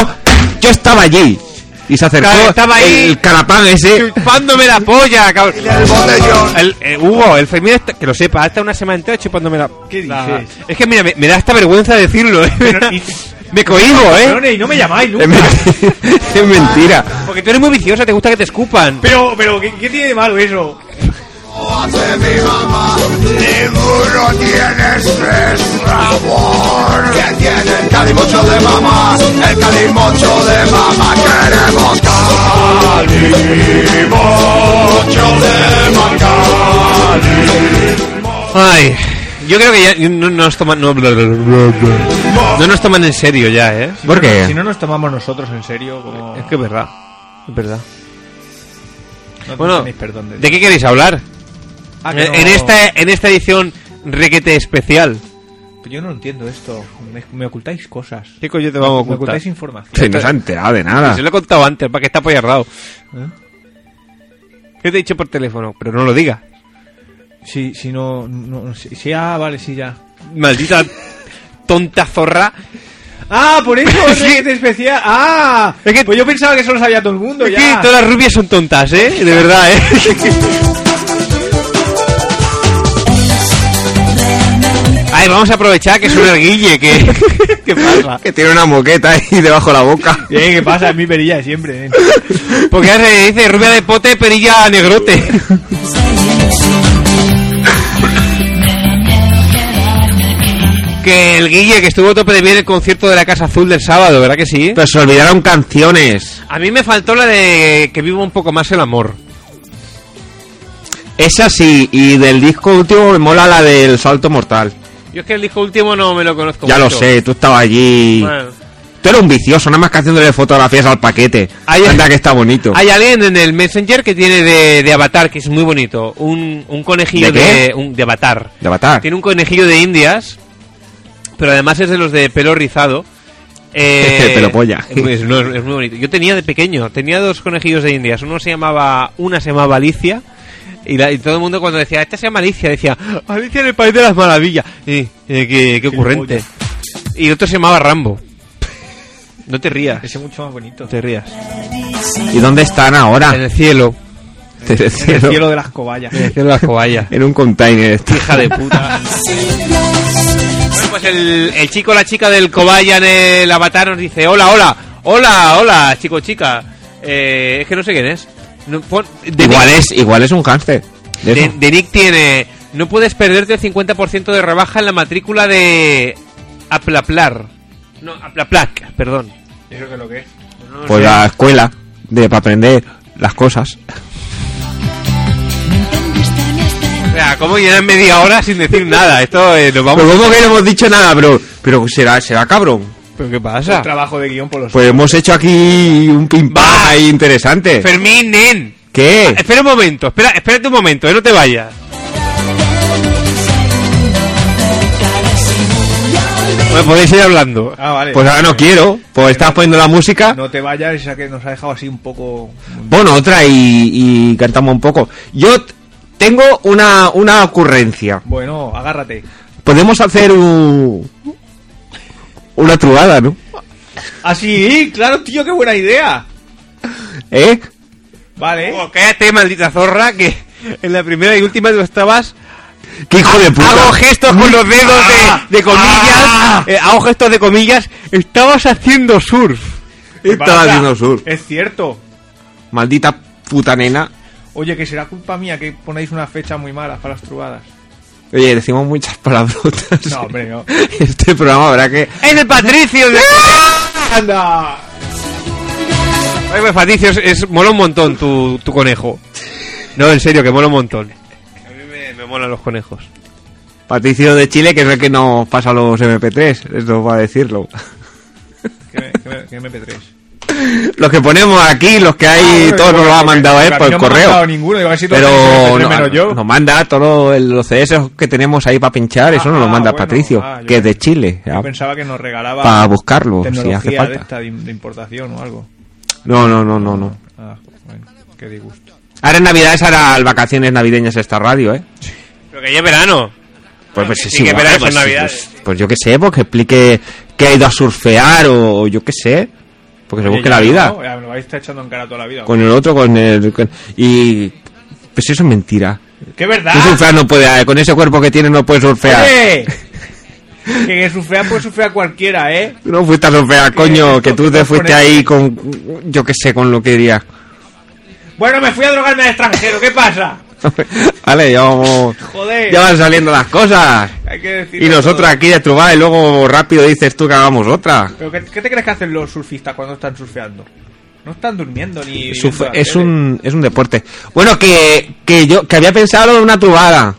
Speaker 2: yo estaba allí. Y se acercó
Speaker 1: Claro, estaba ahí.
Speaker 2: el carapán ese.
Speaker 1: chupándome la polla, cabrón.
Speaker 3: El botellón.
Speaker 1: El, eh, Hugo, el Fermín, está- que lo sepa, hasta una semana entera chupándome la.
Speaker 8: ¿Qué
Speaker 1: la-
Speaker 8: dices?
Speaker 1: Es que mira, me, me da hasta vergüenza decirlo, ¿eh?
Speaker 8: Pero- y-
Speaker 1: Me cohibo, ¿eh?
Speaker 8: Cabrones, y no me llamáis
Speaker 2: Es,
Speaker 8: nunca.
Speaker 2: mentira. es mentira.
Speaker 1: Porque tú eres muy viciosa, te gusta que te escupan.
Speaker 8: Pero, pero, ¿qué, qué tiene de malo eso?
Speaker 3: Lo hace mi mamá, ninguno tiene ese sabor que tiene el calimocho de mamá, el calimocho de mamá, queremos calimocho de mamá.
Speaker 1: Ay, yo creo que ya no nos toman. No, no nos toman en serio ya, ¿eh?
Speaker 2: ¿Por
Speaker 8: Si
Speaker 2: qué?
Speaker 8: no nos tomamos nosotros en serio, como.
Speaker 1: Es que es verdad. Es verdad.
Speaker 8: No
Speaker 1: Bueno,
Speaker 8: tenéis perdón de
Speaker 1: ¿De qué queréis hablar?
Speaker 8: Ah, que
Speaker 1: en,
Speaker 8: no-
Speaker 1: en esta, en esta edición requete especial.
Speaker 8: Yo no entiendo esto. Me, me ocultáis cosas.
Speaker 1: ¿Qué coño te vamos a
Speaker 8: Me
Speaker 1: ocultar?
Speaker 8: ocultáis
Speaker 1: Se
Speaker 8: información.
Speaker 2: Se no se ha enterado de nada.
Speaker 1: lo he contado antes, para que está apoyardado.
Speaker 8: ¿Eh?
Speaker 1: Yo te he dicho por teléfono, pero no lo diga.
Speaker 8: Si, si no, no- si, si- ah, vale, sí, ya.
Speaker 1: Maldita tonta zorra.
Speaker 8: Ah, por eso es requete especial. Ah,
Speaker 1: Es que-
Speaker 8: pues yo pensaba que eso lo sabía todo el mundo
Speaker 1: Es que
Speaker 8: ya.
Speaker 1: todas las rubias son tontas, ¿eh? De verdad, ¿eh? Ay, vamos a aprovechar que suena el guille, que... ¿Qué pasa?
Speaker 2: Que tiene una moqueta ahí debajo de la boca.
Speaker 8: Eh, ¿qué pasa? Es mi perilla de siempre. eh.
Speaker 1: Porque ahora se dice rubia de pote, perilla negrote. Que el Guille, que estuvo a tope de bien el concierto de la Casa Azul del sábado, ¿verdad que sí?
Speaker 2: Pero se olvidaron canciones.
Speaker 1: A mí me faltó la de que vivo un poco más el amor.
Speaker 2: Esa sí, y del disco último me mola la del Salto Mortal.
Speaker 1: Yo es que el disco último no me lo conozco
Speaker 2: ya lo
Speaker 1: mucho.
Speaker 2: sé, tú estabas allí.
Speaker 1: Bueno.
Speaker 2: Tú eres un vicioso, nada más que haciéndole fotografías al paquete.
Speaker 1: Ay,
Speaker 2: Anda que está bonito.
Speaker 1: Hay alguien en el Messenger que tiene de, de avatar, que es muy bonito. Un, un conejillo
Speaker 2: ¿De qué?
Speaker 1: un- de avatar.
Speaker 2: De avatar.
Speaker 1: Tiene un conejillo de indias, pero además es de los de pelo rizado. Eh,
Speaker 2: Pelo polla.
Speaker 1: Es, muy- es muy- es muy bonito. Yo tenía de pequeño, tenía dos conejillos de indias. Uno se llamaba, una se llamaba Alicia. Y, la- y todo el mundo cuando decía, esta se llama Alicia, decía, Alicia en el País de las Maravillas. Y, eh, qué, qué ocurrente. Y otro se llamaba Rambo. No te rías,
Speaker 8: Ese es mucho más bonito.
Speaker 1: no te rías.
Speaker 2: ¿Y dónde están
Speaker 1: En
Speaker 2: ahora?
Speaker 1: el cielo,
Speaker 2: En el
Speaker 8: En el
Speaker 2: cielo.
Speaker 8: cielo de las cobayas.
Speaker 1: en el cielo de las cobayas.
Speaker 2: En un container. está.
Speaker 1: Hija de puta. Bueno, pues el, el chico o la chica del cobaya en el avatar nos dice: Hola, hola, hola, hola, chico chica. Eh, es que no sé quién es. No, pon- de,
Speaker 2: Igual
Speaker 1: Nick,
Speaker 2: es, igual es un hámster. De
Speaker 1: de-
Speaker 2: eso.
Speaker 1: de Nick tiene: No puedes perderte el 50% de rebaja en la matrícula de Aplaplar. No, Aplaplac, perdón.
Speaker 8: Eso que lo que es.
Speaker 1: No
Speaker 2: Pues
Speaker 1: sé.
Speaker 2: la escuela, de para aprender las cosas.
Speaker 1: O sea, ¿cómo llenar media hora sin decir nada? Esto eh, nos vamos.
Speaker 2: Pero ¿cómo que no hemos dicho nada, bro? Pero será, será cabrón.
Speaker 1: ¿Pero qué
Speaker 8: Un
Speaker 1: pasa?
Speaker 8: trabajo de guión por los.
Speaker 2: Pues hemos hecho aquí un pim pam
Speaker 1: Va.
Speaker 2: ahí interesante.
Speaker 1: Fermín, nen.
Speaker 2: ¿Qué?
Speaker 1: Espera un momento, espera, espérate un momento, eh, no te vayas. Bueno, podéis ir hablando.
Speaker 8: Ah, vale.
Speaker 2: Pues ahora no quiero. Pues estás poniendo la música.
Speaker 8: No te vayas, esa que nos ha dejado así un poco.
Speaker 2: Pon otra y, y cantamos un poco. Yo t- tengo una, una ocurrencia.
Speaker 8: Bueno, agárrate.
Speaker 2: Podemos hacer un... Una trugada, ¿no?
Speaker 8: Así, Ah, claro, tío, qué buena idea.
Speaker 2: ¿Eh?
Speaker 8: Vale.
Speaker 1: Oh, cállate, maldita zorra, que en la primera y última tú estabas.
Speaker 2: ¡Qué hijo de puta!
Speaker 1: Hago gestos con los dedos de, de
Speaker 2: Ah.
Speaker 1: comillas. eh, hago gestos de comillas. Estabas haciendo surf.
Speaker 2: Estaba
Speaker 8: Pasa.
Speaker 2: haciendo sur.
Speaker 8: Es cierto.
Speaker 2: Maldita puta nena.
Speaker 8: Oye, que será culpa mía que ponéis una fecha muy mala para las trugadas.
Speaker 2: Oye, decimos muchas palabrotas.
Speaker 8: No, hombre, no.
Speaker 2: Este programa habrá que...
Speaker 1: ¡Es el Patricio! de-
Speaker 8: ¡Anda!
Speaker 1: Ay, pues, Patricio, es, es- mola un montón tu, tu conejo. No, en serio, que mola un montón. A mí me, me molan los conejos.
Speaker 2: Patricio de Chile, que es el que nos pasa los MP3. Esto va a decirlo.
Speaker 8: Que me, que me- que me MP3.
Speaker 2: Eh, Los que ponemos aquí, los que hay,
Speaker 8: Ah,
Speaker 2: todos
Speaker 8: bueno,
Speaker 2: nos lo ha
Speaker 8: porque-
Speaker 2: mandado él
Speaker 8: porque
Speaker 2: por
Speaker 8: a mí no me ha
Speaker 2: correo.
Speaker 8: mandado ninguno, digo, a ver si todos tenéis
Speaker 2: pero
Speaker 8: MP3
Speaker 2: no-
Speaker 8: menos yo.
Speaker 2: nos manda todos los CDs que tenemos ahí para pinchar, eso
Speaker 8: Ah,
Speaker 2: nos lo manda
Speaker 8: bueno,
Speaker 2: Patricio,
Speaker 8: ah, yo
Speaker 2: que es de
Speaker 8: pensaba-
Speaker 2: Chile,
Speaker 8: Yo
Speaker 2: ah,
Speaker 8: pensaba que nos regalaba
Speaker 2: para buscarlo si
Speaker 8: tecnología
Speaker 2: hace
Speaker 8: de
Speaker 2: falta.
Speaker 8: esta de, de importación o algo.
Speaker 2: No, no, no, no, no.
Speaker 8: Ah, bueno, qué disgusto.
Speaker 2: Ahora en Navidades hará vacaciones navideñas esta radio, ¿eh?
Speaker 1: Pero que ya es verano.
Speaker 2: Pues,
Speaker 1: Sí,
Speaker 2: pues es
Speaker 1: que
Speaker 2: igual,
Speaker 1: verás
Speaker 2: pues,
Speaker 1: en Navidades.
Speaker 2: pues- pues yo qué sé, pues que explique que ha ido a surfear o, o yo qué sé, porque se
Speaker 8: Oye,
Speaker 2: busque
Speaker 8: ya
Speaker 2: la
Speaker 8: no,
Speaker 2: vida.
Speaker 8: ya me lo vais a estar echando en cara toda la vida.
Speaker 2: Con el otro, con el... con- y... Pues eso es mentira.
Speaker 8: ¡Qué verdad!
Speaker 2: Un surfear no puede, con ese cuerpo que tiene no puede surfear.
Speaker 8: Ah. ¡Oye! que, que sufea puede sufear cualquiera, ¿eh?
Speaker 2: Tú No fuiste a Sofía, coño,
Speaker 8: esto
Speaker 2: que tú
Speaker 8: que
Speaker 2: te
Speaker 8: nos
Speaker 2: fuiste
Speaker 8: pone-
Speaker 2: ahí con, yo qué sé, con lo que dirías.
Speaker 8: Bueno, me fui a drogarme al extranjero, ¿qué pasa?
Speaker 2: vale, ya vamos,
Speaker 8: Joder.
Speaker 2: ya van saliendo las cosas.
Speaker 8: Hay que decirlo
Speaker 2: Y nosotros
Speaker 8: todo.
Speaker 2: aquí de trubar y luego rápido dices tú que hagamos otra.
Speaker 8: ¿Pero qué, qué te crees que hacen los surfistas cuando están surfeando? No están durmiendo ni...
Speaker 2: Surf-
Speaker 8: viendo la
Speaker 2: es
Speaker 8: tele.
Speaker 2: un, es un deporte. Bueno, que, que yo, que había pensado en una trubada.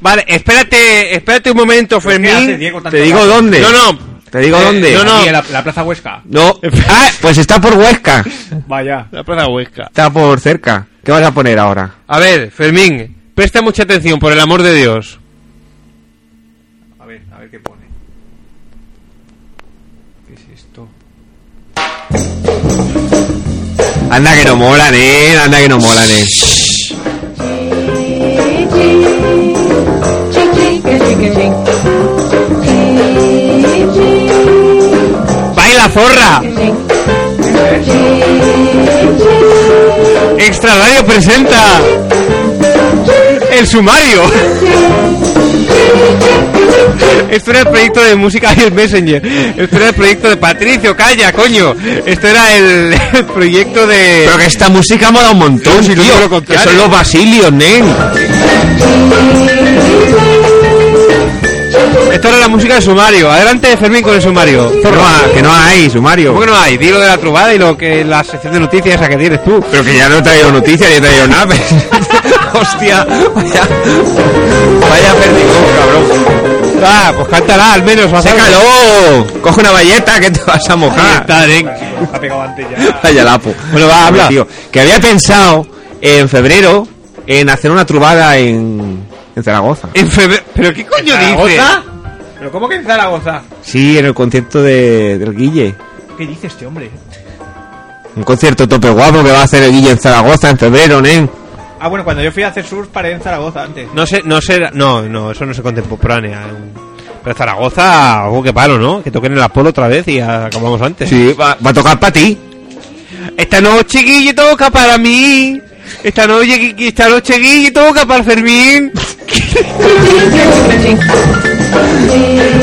Speaker 1: Vale, espérate, espérate un momento,
Speaker 8: ¿Qué hace
Speaker 1: Fermín.
Speaker 8: Diego tanto
Speaker 2: Te digo
Speaker 8: rato?
Speaker 2: dónde.
Speaker 1: No, no.
Speaker 2: Te digo
Speaker 1: Eh,
Speaker 2: dónde.
Speaker 1: no, no.
Speaker 8: Aquí, en la, la Plaza Huesca.
Speaker 2: No. Ah, pues está por Huesca.
Speaker 8: Vaya.
Speaker 1: La plaza huesca.
Speaker 2: Está por cerca. ¿Qué vas a poner ahora?
Speaker 1: A ver, Fermín, presta mucha atención, por el amor de Dios.
Speaker 8: A ver, a ver qué pone. ¿Qué es esto?
Speaker 2: Anda que no molan, eh. Anda que no molan, eh.
Speaker 1: ¡Baila zorra! Extra Radio presenta el sumario. Esto era el proyecto de música y el Messenger. Esto era el proyecto de Patricio, calla, coño. Esto era el, el proyecto de.
Speaker 2: Pero que esta música mola un montón,
Speaker 1: Sí, sí, todo lo
Speaker 2: tío. Que
Speaker 1: contrario.
Speaker 2: son los basilios, nen.
Speaker 1: Esto era la música de sumario. Adelante, Fermín, con el sumario.
Speaker 2: No ha- que no hay sumario.
Speaker 1: ¿Por qué no hay? Dilo de la trubada y lo que la sección de noticias esa que tienes tú.
Speaker 2: Pero que ya no he traído noticias ni he traído nada. Hostia, vaya, vaya perdigón, cabrón.
Speaker 1: Ah, pues cántala al menos. haz algo.
Speaker 2: ¡Sécalo! Coge una valleta que te vas a
Speaker 1: Ahí
Speaker 2: mojar.
Speaker 1: está, Derek.
Speaker 8: Ha pegado antes ya.
Speaker 2: Vaya lapo.
Speaker 1: Bueno, va, habla.
Speaker 2: Tío, que había pensado en febrero en hacer una trubada en, en Zaragoza.
Speaker 1: En febrero. ¿Pero qué coño dices?
Speaker 8: ¿Zaragoza? ¿Pero cómo que en Zaragoza?
Speaker 2: Sí, en el concierto de, del Guille.
Speaker 8: ¿Qué dice este hombre?
Speaker 2: Un concierto tope guapo que va a hacer el Guille en Zaragoza en febrero, nen.
Speaker 8: Ah, bueno, cuando yo fui a hacer surf paré en Zaragoza antes.
Speaker 1: No sé, no sé. No, no, eso no se contemporánea. eh. Pero Zaragoza, algo que palo, ¿no? Que toquen el Apolo otra vez y acabamos antes.
Speaker 2: Sí, va, va a tocar para ti.
Speaker 1: Esta noche Guille toca para mí. Esta noche, Gui- esta noche Guille toca para Fermín.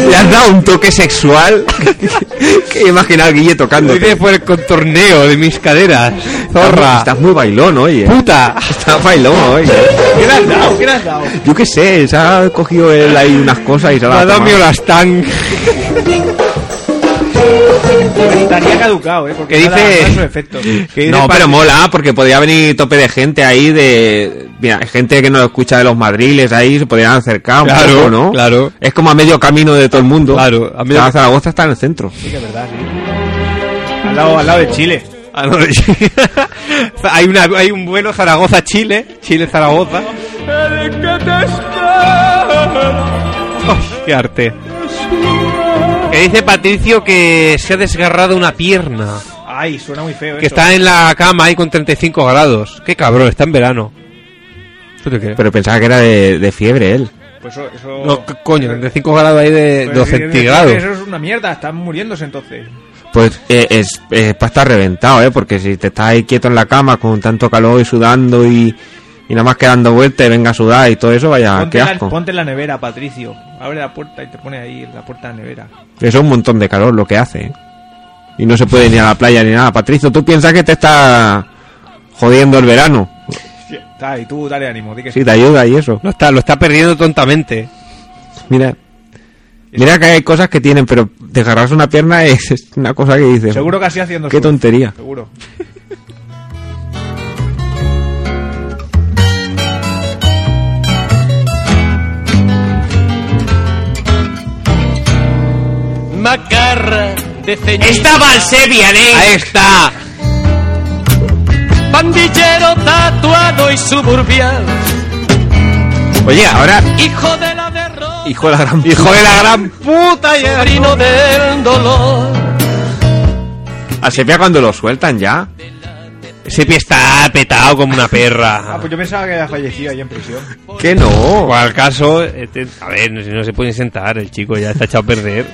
Speaker 2: Le has dado un toque sexual. que- que imagina al Guille tocando.
Speaker 1: Lo hice por el contorneo de mis caderas. Zorra.
Speaker 2: Estás muy bailón hoy, eh.
Speaker 1: puta.
Speaker 2: Estás bailón hoy.
Speaker 8: ¿Qué le has dado? ¿Qué le has dado?
Speaker 2: Yo qué sé, se ha cogido él ahí unas cosas y se
Speaker 1: Me
Speaker 2: las
Speaker 1: ha
Speaker 2: ha
Speaker 1: dado mi
Speaker 2: tomado.
Speaker 1: Olastán.
Speaker 8: Estaría caducado, ¿eh? Porque
Speaker 1: ¿Qué
Speaker 8: no da-
Speaker 1: dice?
Speaker 8: no da su efecto.
Speaker 1: Que
Speaker 2: No,
Speaker 1: dice
Speaker 2: pero
Speaker 1: Paco-
Speaker 2: mola, porque podría venir tope de gente ahí de... Mira, gente que no escucha de los madriles ahí, se podrían acercar un
Speaker 1: Claro,
Speaker 2: poco, ¿no?
Speaker 1: claro.
Speaker 2: Es como a medio camino de todo el mundo.
Speaker 1: Claro, a
Speaker 2: a
Speaker 1: medio-
Speaker 2: Zaragoza está en el centro.
Speaker 8: Sí, que es verdad, sí. Al lado, al lado de Chile.
Speaker 1: Ah, no, hay, una, hay un vuelo Zaragoza-Chile. Chile-Zaragoza. Oh, ¡Qué arte! Que dice Patricio que se ha desgarrado una pierna.
Speaker 8: Ay, suena muy feo
Speaker 1: Que
Speaker 8: eso.
Speaker 1: está en la cama ahí con 35 grados. ¡Qué cabrón! Está en verano. ¿Tú te crees?
Speaker 2: Pero pensaba que era de, de fiebre él.
Speaker 8: Pues eso... eso...
Speaker 1: No, c- coño, 35 grados ahí de
Speaker 8: pues,
Speaker 1: 2
Speaker 8: sí,
Speaker 1: centígrados.
Speaker 8: Eso es una mierda, están muriéndose entonces.
Speaker 2: Pues eh, es, para estar reventado, ¿eh? Porque si te estás ahí quieto en la cama con tanto calor y sudando y, y nada más que dando vueltas y venga a sudar y todo eso,
Speaker 1: Ah,
Speaker 2: vaya,
Speaker 8: ponte,
Speaker 2: qué
Speaker 8: la-
Speaker 2: asco.
Speaker 8: ponte en la nevera, Patricio. Abre la puerta y te pone ahí en la puerta de la nevera.
Speaker 2: Eso es un montón de calor lo que hace. ¿eh? Y no se puede ni a la playa ni nada. Patricio, ¿tú piensas que te está jodiendo el verano?
Speaker 8: Está, y tú dale ánimo, di que sí.
Speaker 2: Sí, te ayuda y eso.
Speaker 1: Lo está, lo está perdiendo tontamente.
Speaker 2: Mira. Mira que hay cosas que tienen, pero desgarrarse una pierna es es una cosa que dices.
Speaker 8: Seguro que así haciendo
Speaker 2: Qué
Speaker 8: surf,
Speaker 2: tontería.
Speaker 8: Seguro.
Speaker 10: Macarra de ceñido.
Speaker 1: ¡Estaba el Sebian, eh! ¡Ahí está!
Speaker 10: Pandillero tatuado y suburbial.
Speaker 2: Oye, ahora,
Speaker 10: Hijo de la derrota.
Speaker 2: hijo de la gran
Speaker 1: ¡Hijo de la gran puta!
Speaker 10: Sobrino del dolor.
Speaker 2: A Sepia cuando lo sueltan ya.
Speaker 1: Sepi está petado como una
Speaker 8: Ah,
Speaker 1: perra.
Speaker 8: pues yo pensaba que había fallecido ahí en prisión.
Speaker 2: Que no.
Speaker 1: Por el caso, este- a ver, no, no se puede sentar, el chico ya está echado a perder.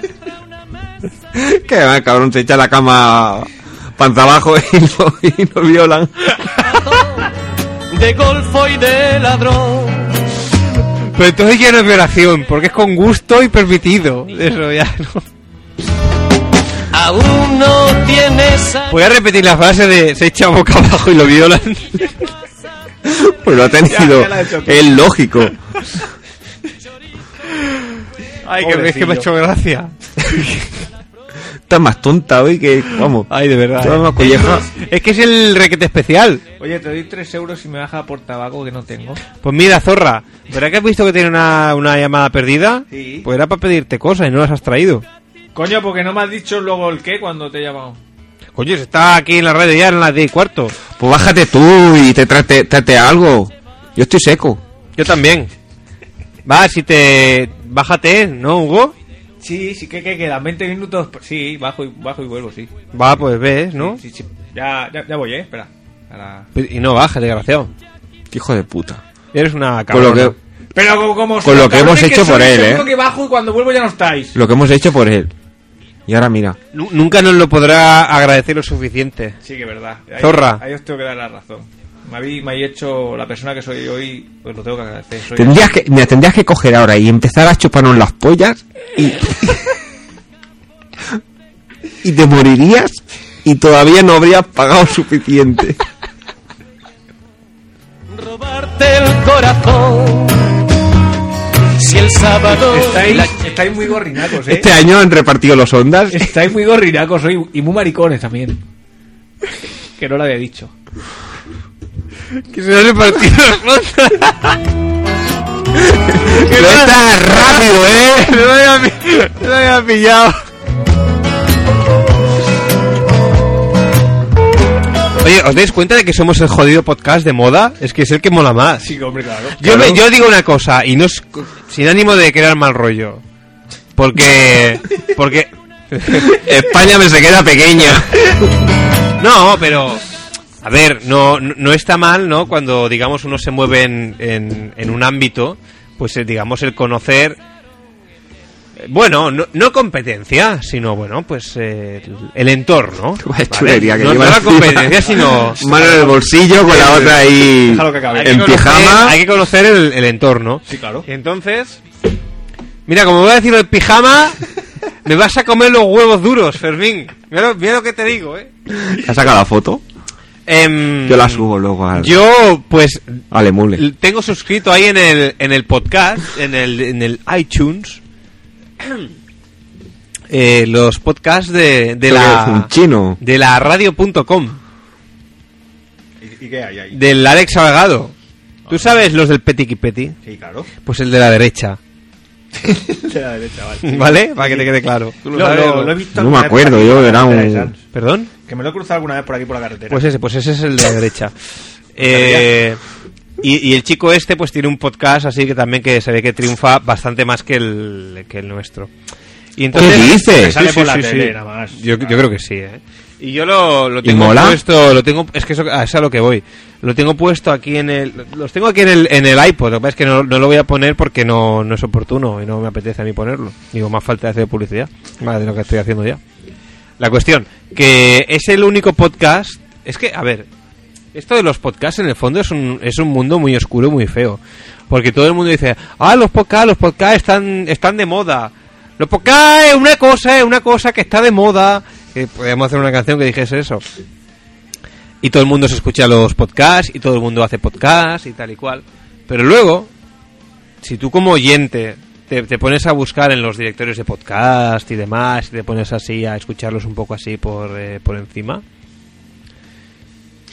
Speaker 2: Que va, el cabrón se echa la cama panza abajo y lo, y lo violan.
Speaker 10: De golfo y de ladrón.
Speaker 1: Pero entonces ya no es violación, porque es con gusto y permitido. Eso ya no.
Speaker 10: Aún no tienes. a-
Speaker 1: Voy a repetir la frase de se echa boca abajo y lo violan.
Speaker 2: Pues lo ha tenido.
Speaker 8: ya la he hecho.
Speaker 2: Es lógico.
Speaker 1: Ay, que, es que me ha hecho gracia.
Speaker 2: Estás más tonta hoy que. Vamos.
Speaker 1: Ay, de verdad.
Speaker 2: Toda
Speaker 1: eh.
Speaker 2: más colleja.
Speaker 1: Es que es el requete especial.
Speaker 8: Oye, te doy 3 euros y me baja por tabaco que no tengo.
Speaker 1: Pues mira, zorra, ¿verdad que has visto que tiene una, una llamada perdida?
Speaker 8: Sí.
Speaker 1: Pues era para pedirte cosas y no las has traído.
Speaker 8: Coño, porque no me has dicho luego el qué cuando te he llamado.
Speaker 1: Coño, se está aquí en la red ya en las 10 y cuarto.
Speaker 2: Pues bájate tú y te trate, trate algo. Yo estoy seco.
Speaker 1: Yo también. Va, si te... Bájate, ¿no, Hugo?
Speaker 8: Sí, sí, que, que quedan 20 minutos. pues, Sí, bajo y, bajo y vuelvo, sí.
Speaker 1: Va, pues ves, ¿no?
Speaker 8: Sí, sí. Ya, ya, ya voy, eh, espera. Ahora-
Speaker 1: Pues- Y no baja, desgraciado.
Speaker 2: Qué hijo de puta.
Speaker 1: Eres una
Speaker 2: Con
Speaker 1: cabrona.
Speaker 2: lo que,
Speaker 8: Pero como, como
Speaker 2: Con lo que hemos
Speaker 8: cabrones
Speaker 2: hecho por
Speaker 8: sois,
Speaker 2: él,
Speaker 8: seguro
Speaker 2: eh.
Speaker 8: que bajo y cuando vuelvo ya no estáis.
Speaker 2: lo que hemos hecho por él. Y ahora mira.
Speaker 1: Nu- Nunca nos lo podrá agradecer lo suficiente.
Speaker 8: Sí, que es verdad. Ahí-
Speaker 1: Zorra.
Speaker 8: Ahí os tengo que dar la razón. Me habéis, me habéis hecho la persona que soy hoy, pues lo tengo que agradecer. Soy
Speaker 2: Tendrías que, mira, tendrías que coger ahora y empezar a chuparnos las pollas y. y te morirías y todavía no habrías pagado suficiente.
Speaker 10: Robarte el corazón. Si el el sábado.
Speaker 8: Estáis, estáis muy gorrinacos, ¿eh?
Speaker 2: Este año han repartido los ondas.
Speaker 8: Estáis muy gorrinacos hoy y muy maricones también. Que no lo había dicho.
Speaker 1: Que se han repartido los
Speaker 2: Pero está rápido, ¿eh?
Speaker 1: No lo había, pi- no lo había pillado. Oye, ¿os dais cuenta de que somos el jodido podcast de moda? Es que es el que mola más.
Speaker 8: Sí, hombre, claro.
Speaker 1: Yo, me- yo digo una cosa, y no es cu- sin ánimo de crear mal rollo. Porque. Porque.
Speaker 2: España me se queda pequeña.
Speaker 1: No, pero. A ver, no, no no está mal, ¿no? Cuando, digamos, uno se mueve en, en, en un ámbito, pues, eh, digamos, el conocer. eh, Bueno, no, no competencia, sino, bueno, pues eh, el- el entorno. ¿vale?
Speaker 2: chulería que
Speaker 1: no,
Speaker 2: lleva
Speaker 1: no la
Speaker 2: encima.
Speaker 1: competencia, sino. Eh,
Speaker 2: Mano en el bolsillo con la otra ahí
Speaker 8: Déjalo que acabe.
Speaker 1: Hay que
Speaker 2: en
Speaker 1: conocer-
Speaker 2: pijama.
Speaker 1: Hay que conocer el, el entorno.
Speaker 8: Sí, claro.
Speaker 1: Entonces, mira, como voy a decir el pijama, me vas a comer los huevos duros, Fermín. Mira lo, mira lo que te digo, ¿eh?
Speaker 2: ¿Has sacado la foto?
Speaker 1: Em,
Speaker 2: Yo la subo luego al,
Speaker 1: Yo, pues,
Speaker 2: al emule.
Speaker 1: l- tengo suscrito ahí en el, en el podcast, en el, en el iTunes, eh, los podcasts de, de
Speaker 2: Creo que es
Speaker 1: la...
Speaker 2: un chino.
Speaker 1: De la radio.com,
Speaker 8: ¿Y, y qué hay ahí?
Speaker 1: del Alex Salgado. ¿Tú sabes los del Petiqui Peti?
Speaker 8: Sí, claro.
Speaker 1: Pues el de la derecha.
Speaker 8: De la derecha, vale.
Speaker 1: ¿Vale? Para que te quede claro.
Speaker 8: Lo, lo- lo he visto
Speaker 2: No
Speaker 8: alguna
Speaker 2: me
Speaker 8: vez
Speaker 2: acuerdo,
Speaker 8: por aquí,
Speaker 2: yo
Speaker 8: por la
Speaker 2: era
Speaker 8: carretera de
Speaker 2: un-
Speaker 8: Sants.
Speaker 1: ¿Perdón?
Speaker 8: Que me lo he cruzado alguna vez por aquí por la carretera.
Speaker 1: Pues ese, pues ese es el de la derecha. Eh, y, y el chico este pues tiene un podcast así que también que se ve que triunfa bastante más que el, que el nuestro. Y entonces,
Speaker 2: dices?
Speaker 8: Sale por la tele, nada más.
Speaker 1: Yo, yo creo que sí, ¿eh? Y yo lo, lo
Speaker 2: ¿Y
Speaker 1: tengo
Speaker 2: mola?
Speaker 1: puesto, lo tengo, es que eso, ah, es a lo que voy. Lo tengo puesto aquí en el, los tengo aquí en el, en el iPod. Lo que pasa es que no, no lo voy a poner porque no, no es oportuno y no me apetece a mí ponerlo. Digo, más falta de hacer publicidad, más de lo que estoy haciendo ya. La cuestión, que es el único podcast. Es que, a ver, esto de los podcasts en el fondo es un, es un mundo muy oscuro y muy feo. Porque todo el mundo dice, ah, los podcasts, los podcasts están, están de moda. Los podcasts es una cosa, es una cosa que está de moda. Que podríamos hacer una canción que dijese eso. Y todo el mundo se escucha los podcasts y todo el mundo hace podcasts y tal y cual. Pero luego, si tú como oyente te, te pones a buscar en los directorios de podcast y demás, y te pones así a escucharlos un poco así por, eh, por encima,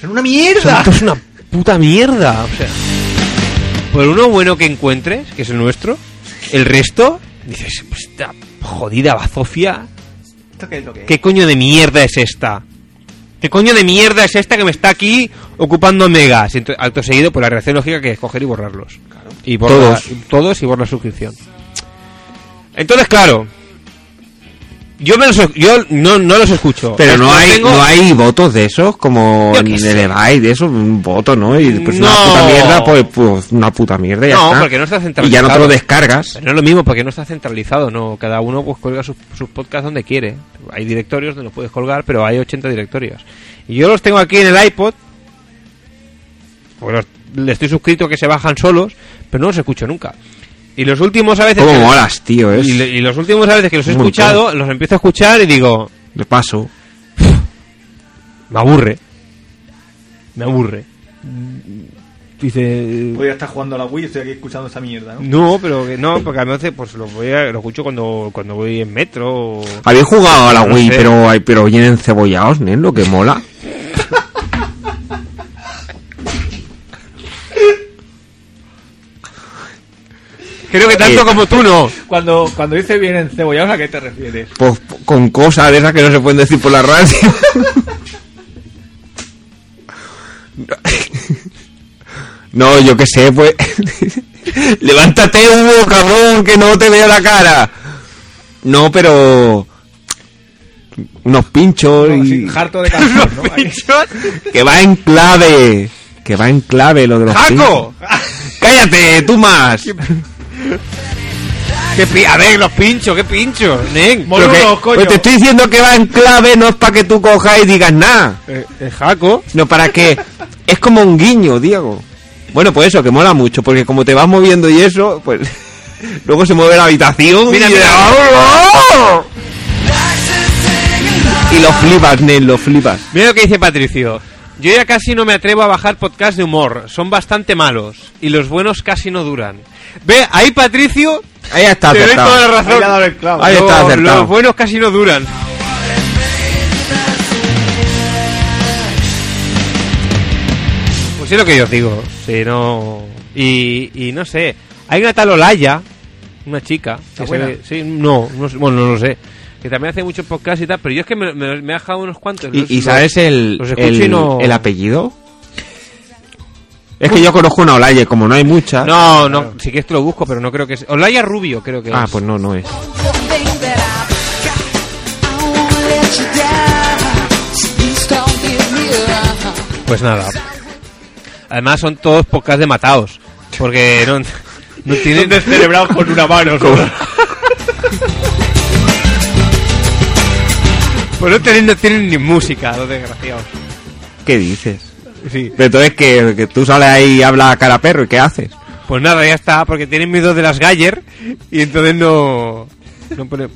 Speaker 8: ¡Son una mierda!
Speaker 1: esto es una puta mierda. O sea, por uno bueno que encuentres, que es el nuestro, el resto, dices, "Pues esta jodida bazofia,
Speaker 8: ¿Esto qué es lo que es?
Speaker 1: ¿qué coño de mierda es esta? ¿Qué coño de mierda es esta que me está aquí ocupando megas? Ento- Acto seguido, por la reacción lógica que es coger y borrarlos. Y borrar
Speaker 2: Todos.
Speaker 1: todos y borrar suscripción. Entonces, claro. Yo, me los- yo no, no los escucho.
Speaker 2: Pero
Speaker 1: Los-
Speaker 2: no
Speaker 1: los
Speaker 2: hay,
Speaker 1: tengo-
Speaker 2: no hay votos de esos, como
Speaker 1: Yo
Speaker 2: en
Speaker 1: qué
Speaker 2: el
Speaker 1: sé.
Speaker 2: Ebay, de esos, un voto, ¿no? Y pues una
Speaker 1: No.
Speaker 2: puta mierda, pues, pues una puta mierda, ya
Speaker 1: No,
Speaker 2: está.
Speaker 1: porque no está
Speaker 2: Y ya no te
Speaker 1: centralizado.
Speaker 2: lo descargas.
Speaker 1: Pero no es lo mismo porque no está centralizado, ¿no? Cada uno pues cuelga sus, sus podcasts donde quiere. Hay directorios donde los puedes colgar, pero hay 80 directorios. Y yo los tengo aquí en el iPod. Porque los- le estoy suscrito que se bajan solos, pero no los escucho nunca. Y los últimos a veces...
Speaker 2: Cómo
Speaker 1: que-
Speaker 2: molas, tío, es.
Speaker 1: y, le- y los últimos a veces que los he
Speaker 2: Un montón.
Speaker 1: escuchado, los empiezo a escuchar y digo,
Speaker 2: Le paso.
Speaker 1: me aburre. Me aburre. Dice,
Speaker 8: Podría estar jugando a la Wii y estoy aquí escuchando esta mierda, ¿no?
Speaker 1: No, pero que no, porque a veces pues lo voy a, lo escucho cuando, cuando voy en metro o...
Speaker 2: Habéis jugado a la
Speaker 1: No
Speaker 2: Wii,
Speaker 1: sé.
Speaker 2: pero, ay, pero vienen cebollados, nen, lo que mola.
Speaker 1: Creo que tanto
Speaker 2: Eh.
Speaker 1: como tú no.
Speaker 8: Cuando, cuando dice bien en cebollados, ¿a qué te refieres?
Speaker 2: Pues con cosas de esas que no se pueden decir por la radio. No, yo qué sé, pues. Levántate, Hugo, cabrón, que no te veo la cara. No, pero. Unos pinchos
Speaker 8: Así,
Speaker 2: y.
Speaker 8: harto de canción, ¿no?
Speaker 2: Que va en clave. Que va en clave lo de los.
Speaker 1: ¡Jaco!
Speaker 2: pinchos. ¡Cállate, tú más!
Speaker 1: ¡Qué pi- a ver, los pinchos, qué pinchos, nen.
Speaker 2: Pero que-
Speaker 8: Moluno, coño.
Speaker 2: pues te estoy diciendo que va en clave, no es para que tú cojas y digas nada.
Speaker 1: Eh, eh, Jaco.
Speaker 2: No, para que es como un guiño, Diego. Bueno, pues eso, que mola mucho, porque como te vas moviendo y eso, pues luego se mueve la habitación
Speaker 1: Mira,
Speaker 2: y,
Speaker 1: mira.
Speaker 2: ¡Oh! y lo flipas, Nen, lo flipas.
Speaker 1: Mira lo que dice Patricio. Yo ya casi no me atrevo a bajar podcast de humor. Son bastante malos. Y los buenos casi no duran. Ve, ahí Patricio
Speaker 2: Ahí está
Speaker 1: Te doy
Speaker 2: acertado.
Speaker 1: toda la razón.
Speaker 2: Ahí, está
Speaker 1: Lo-
Speaker 2: acertado.
Speaker 1: Los buenos casi no duran. Pues es lo que yo os digo. Si no... Y, y no sé. Hay una tal Olaya, una chica. que
Speaker 8: buena?
Speaker 1: se- sí, no, no sé, bueno, no lo sé. Que también hace muchos podcasts y tal, pero yo es que me, me- me ha dejado unos cuantos. los-
Speaker 2: ¿Y, y
Speaker 1: los-
Speaker 2: sabes el,
Speaker 1: los escucho y
Speaker 2: el,
Speaker 1: no-
Speaker 2: el apellido? Es que yo conozco una Olaye, como no hay muchas.
Speaker 1: No, no, si quieres te lo busco, pero no creo que sea. Olaya Rubio, creo que
Speaker 2: Ah,
Speaker 1: es.
Speaker 2: pues no, no es.
Speaker 1: Pues nada. Además son todos podcasts de matados. Porque no, no tienen descerebrados con una mano. pues no tienen, no tienen ni música, los desgraciados.
Speaker 2: ¿Qué dices?
Speaker 1: Sí.
Speaker 2: Pero entonces que, que tú sales ahí y hablas a cara a perro, ¿y qué haces?
Speaker 1: Pues nada, ya está, porque tienen miedo de las Galler y entonces no... no pone-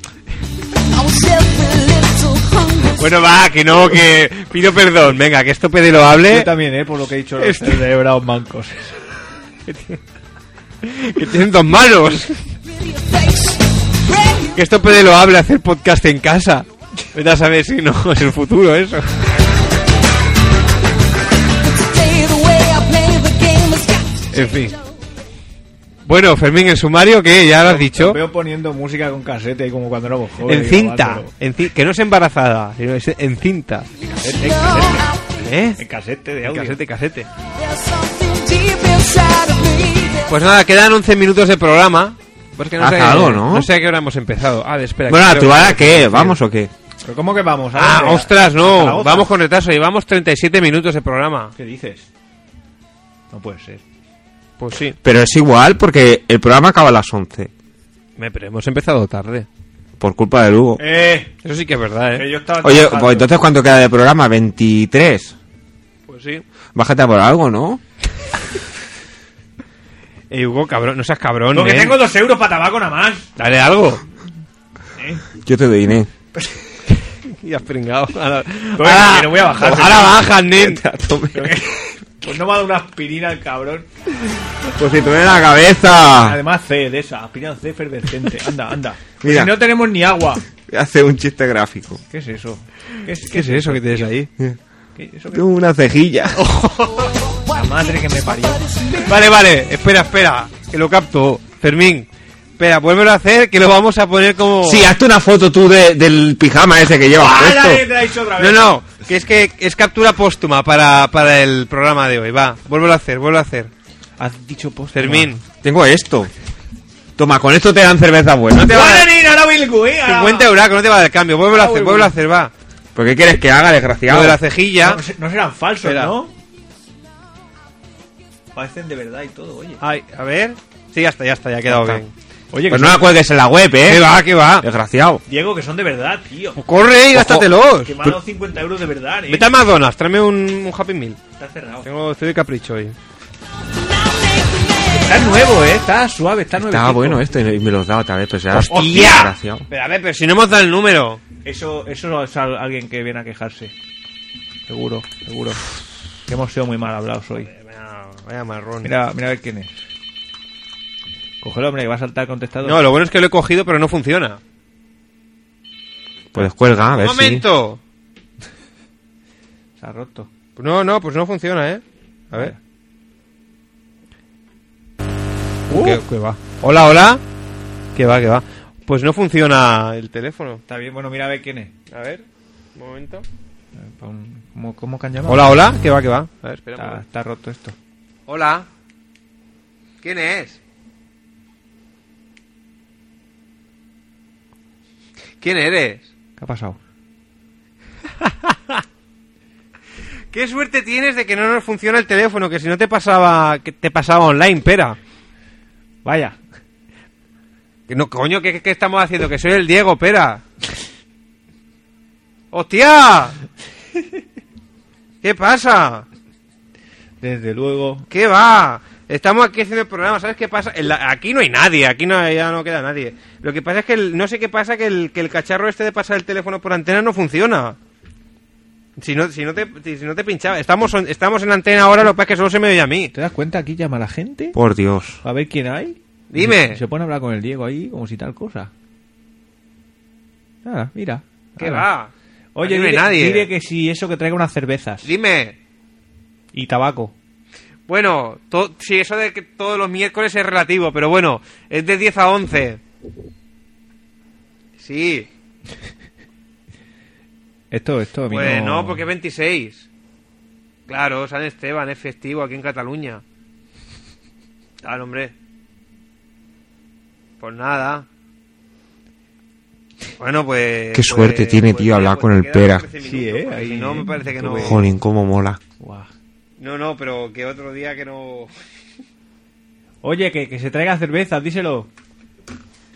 Speaker 1: Bueno, va, que no, que pido perdón. Venga, que esto pede lo hable.
Speaker 8: Yo también, ¿eh? Por lo que he dicho, los
Speaker 1: Este-
Speaker 8: cerebrados mancos.
Speaker 1: Que tienen dos manos. que esto puede lo hable hacer podcast en casa. Vete a saber si no es el futuro eso. En fin. Bueno, Fermín, el sumario que ya lo has dicho.
Speaker 8: Los veo poniendo música con casete, como cuando éramos jóvenes.
Speaker 1: En cinta. En ci- que no es embarazada, sino es en cinta.
Speaker 8: En casete,
Speaker 1: ¿Eh?
Speaker 8: en casete de
Speaker 1: En
Speaker 8: audio.
Speaker 1: casete, casete. Pues nada, quedan 11 minutos de programa. Porque no,
Speaker 2: Haz
Speaker 1: sé,
Speaker 2: algo, ¿no?
Speaker 1: sé a qué hora hemos empezado. Ah, espera.
Speaker 2: Bueno,
Speaker 1: que creo
Speaker 2: ¿tú
Speaker 1: que-
Speaker 2: ahora qué? ¿Vamos o qué?
Speaker 8: ¿Pero cómo que vamos? ¿A
Speaker 1: Ah,
Speaker 8: dónde?
Speaker 1: ostras,
Speaker 8: ¿A
Speaker 1: no.
Speaker 8: Zaragoza?
Speaker 1: Vamos con retraso. Llevamos 37 minutos de programa.
Speaker 8: ¿Qué dices? No puede ser.
Speaker 1: Pues sí.
Speaker 2: Pero es igual porque el programa acaba a las 11.
Speaker 1: Me, pero hemos empezado tarde.
Speaker 2: Por culpa de Hugo.
Speaker 8: Eh,
Speaker 1: Eso sí que es verdad,
Speaker 8: que
Speaker 1: ¿eh?
Speaker 8: yo estaba
Speaker 2: Oye,
Speaker 8: trabajando.
Speaker 2: pues entonces ¿cuánto queda de programa? 23.
Speaker 1: Pues sí.
Speaker 2: Bájate a por algo, ¿no?
Speaker 1: Eh, Hugo, cabrón, no seas cabrón.
Speaker 8: Lo que
Speaker 1: nen.
Speaker 8: tengo dos euros para tabaco nada más.
Speaker 1: Dale algo.
Speaker 2: Yo te doy Inés.
Speaker 1: Y has pringado. Ahora,
Speaker 8: que no voy a bajar.
Speaker 1: Ahora bajas, nen.
Speaker 8: Pues no me ha dado una aspirina el cabrón.
Speaker 2: Pues si tú me la
Speaker 1: Ah.
Speaker 2: cabeza.
Speaker 8: Además C de esa, aspirina C efervescente. Anda, anda.
Speaker 2: Mira.
Speaker 8: Si no tenemos ni agua.
Speaker 2: Hace un chiste gráfico.
Speaker 8: ¿Qué es eso? ¿Qué es,
Speaker 1: ¿Qué es eso que tienes ahí?
Speaker 8: qué- eso que-
Speaker 2: Tengo una cejilla.
Speaker 8: La madre que me parió.
Speaker 1: Vale, vale. Espera, espera. Que lo capto. Fermín. Espera, vuélvelo a hacer que lo vamos a poner como...
Speaker 2: Sí, hazte una foto tú de- del pijama ese que
Speaker 1: ¡Ah,
Speaker 2: llevas
Speaker 8: ¡Hala, que te
Speaker 2: puesto.
Speaker 8: Ah, la he hecho otra
Speaker 1: No,
Speaker 8: vez!
Speaker 1: no, que es que es captura póstuma para, para el programa de hoy. Va, vuelvo a hacer, vuelvo a hacer.
Speaker 8: Has dicho post.
Speaker 1: Fermín,
Speaker 2: Tengo esto. Toma, con esto te dan cerveza buena.
Speaker 1: No te va a dar
Speaker 8: ahora Bilgu, eh! ahora.
Speaker 1: 50 euros, no te va a dar cambio. Vuelvo a
Speaker 8: Ah,
Speaker 1: hacer,
Speaker 8: uy,
Speaker 1: vuelvo a
Speaker 8: uy.
Speaker 1: hacer, va.
Speaker 2: ¿Por qué quieres que haga,
Speaker 1: Lo
Speaker 2: desgraciado?
Speaker 1: de la cejilla.
Speaker 8: No, no serán falsos,
Speaker 1: Espera.
Speaker 8: ¿no? Parecen de verdad y todo, oye.
Speaker 1: Ay, a ver. Sí, ya está, ya está, ya ha quedado bien.
Speaker 8: Oye, que
Speaker 2: Pues no la
Speaker 8: son-
Speaker 2: cuelgues en la web,
Speaker 1: ¿Qué
Speaker 2: ¿eh?
Speaker 1: va, qué va?
Speaker 2: Desgraciado.
Speaker 8: Diego, que son de verdad, tío.
Speaker 1: Corre y gástatelos.
Speaker 8: Que me han dado 50 euros de verdad, eh.
Speaker 1: Pues Vete a McDonald's, tráeme un, un Happy Meal.
Speaker 8: Está cerrado.
Speaker 1: Tengo, estoy de capricho hoy.
Speaker 8: Está nuevo, eh. Está suave, está nuevo.
Speaker 2: Estaba
Speaker 1: eh.
Speaker 2: bueno esto y me los daba otra vez, pues ya.
Speaker 1: ¡Hostia!
Speaker 2: Desgraciado.
Speaker 1: Pero a ver, pero si no hemos dado el número.
Speaker 8: Eso, eso es al- alguien que viene a quejarse. Seguro, seguro. Que hemos sido muy mal hablados hoy.
Speaker 1: Vaya, vaya marrón.
Speaker 8: Mira, mira a ver quién es. Cógelo, hombre, que va a saltar contestado.
Speaker 1: No, lo bueno es que lo he cogido, pero no funciona.
Speaker 2: Pues cuelga, a
Speaker 1: ¡Un
Speaker 2: ver
Speaker 1: momento!
Speaker 8: Se ha roto.
Speaker 1: No, no, pues no funciona, ¿eh? A ver. ¿Qué, qué va? Hola, hola. ¿Qué va, qué va? Pues no funciona el teléfono.
Speaker 8: Está bien, bueno, mira a ver quién es.
Speaker 1: A ver, un momento.
Speaker 8: A ver, pa' un- ¿Cómo, cómo que han llamado?
Speaker 1: Hola, hola. ¿Qué va, qué va? A ver, espera. un
Speaker 8: Está,
Speaker 1: momento.
Speaker 8: está roto esto.
Speaker 1: Hola. ¿Quién es? ¿Quién eres?
Speaker 8: ¿Qué ha pasado?
Speaker 1: Qué suerte tienes de que no nos funciona el teléfono, que si no te pasaba, que te pasaba online, pera.
Speaker 8: Vaya.
Speaker 1: Que No, coño, ¿qué, qué- qué estamos haciendo? Que soy el Diego, pera. ¡Hostia! ¿Qué pasa?
Speaker 8: Desde luego.
Speaker 1: ¿Qué va? Estamos aquí haciendo el programa, ¿sabes qué pasa? En la- aquí no hay nadie, aquí no, ya no queda nadie. Lo que pasa es que el- no sé qué pasa, que el, que el cacharro este de pasar el teléfono por antena no funciona. Si no, si no, te, si no te pinchaba, estamos, on- estamos en antena ahora, lo que pasa es que solo se me oye a mí.
Speaker 11: Pues,
Speaker 8: ¿Te das cuenta? Aquí llama la gente.
Speaker 2: Por Dios.
Speaker 8: A ver quién hay.
Speaker 1: Dime.
Speaker 11: Se, se pone a hablar con el Diego ahí como si tal cosa. Ah, mira.
Speaker 1: ¿Qué
Speaker 11: Ala.
Speaker 1: va?
Speaker 11: Oye,
Speaker 1: Aquí no hay
Speaker 11: dile,
Speaker 1: nadie.
Speaker 11: dile que si eso que traiga unas cervezas.
Speaker 1: Dime.
Speaker 11: Y tabaco.
Speaker 1: Bueno, to- sí, eso de que todos los miércoles es relativo, pero bueno, es de 10 a 11. Sí,
Speaker 11: Esto, esto. a mí
Speaker 1: pues
Speaker 11: no-
Speaker 1: no, porque es 26. Claro, San Esteban es festivo aquí en Cataluña. Claro, hombre. Pues nada. Bueno, pues.
Speaker 2: Qué suerte tiene, tío, hablar con el pera.
Speaker 1: Sí, eh. Si no, me parece que no. eh.
Speaker 2: Jolín, cómo mola.
Speaker 1: No, no, pero que otro día que no.
Speaker 11: Oye, que, que se traiga cervezas, díselo.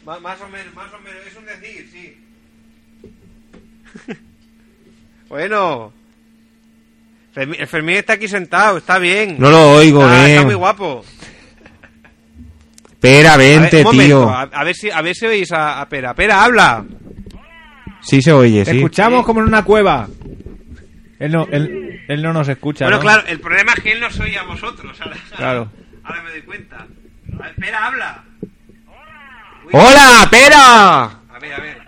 Speaker 1: Más, más o menos, más o menos, es un decir, sí. bueno. Fermín- El Fermín está aquí sentado, está bien.
Speaker 2: No lo oigo,
Speaker 1: Está-
Speaker 2: ven.
Speaker 1: Ah, Está muy guapo.
Speaker 2: Pera,
Speaker 1: A ver,
Speaker 2: vente,
Speaker 1: un
Speaker 2: tío.
Speaker 1: momento, A, a ver si, a ver si oís a, a Pera. Pera, habla.
Speaker 2: Sí se oye,
Speaker 11: Te
Speaker 2: sí.
Speaker 11: escuchamos como en una cueva. Él no, él, él no nos escucha.
Speaker 1: bueno,
Speaker 11: ¿no?
Speaker 1: claro, el problema es que él no soy a vosotros. Ahora,
Speaker 11: Claro.
Speaker 1: ahora me doy cuenta. A ver, Pera, habla. Uy.
Speaker 2: ¡Hola, Pera!
Speaker 1: A ver, a ver.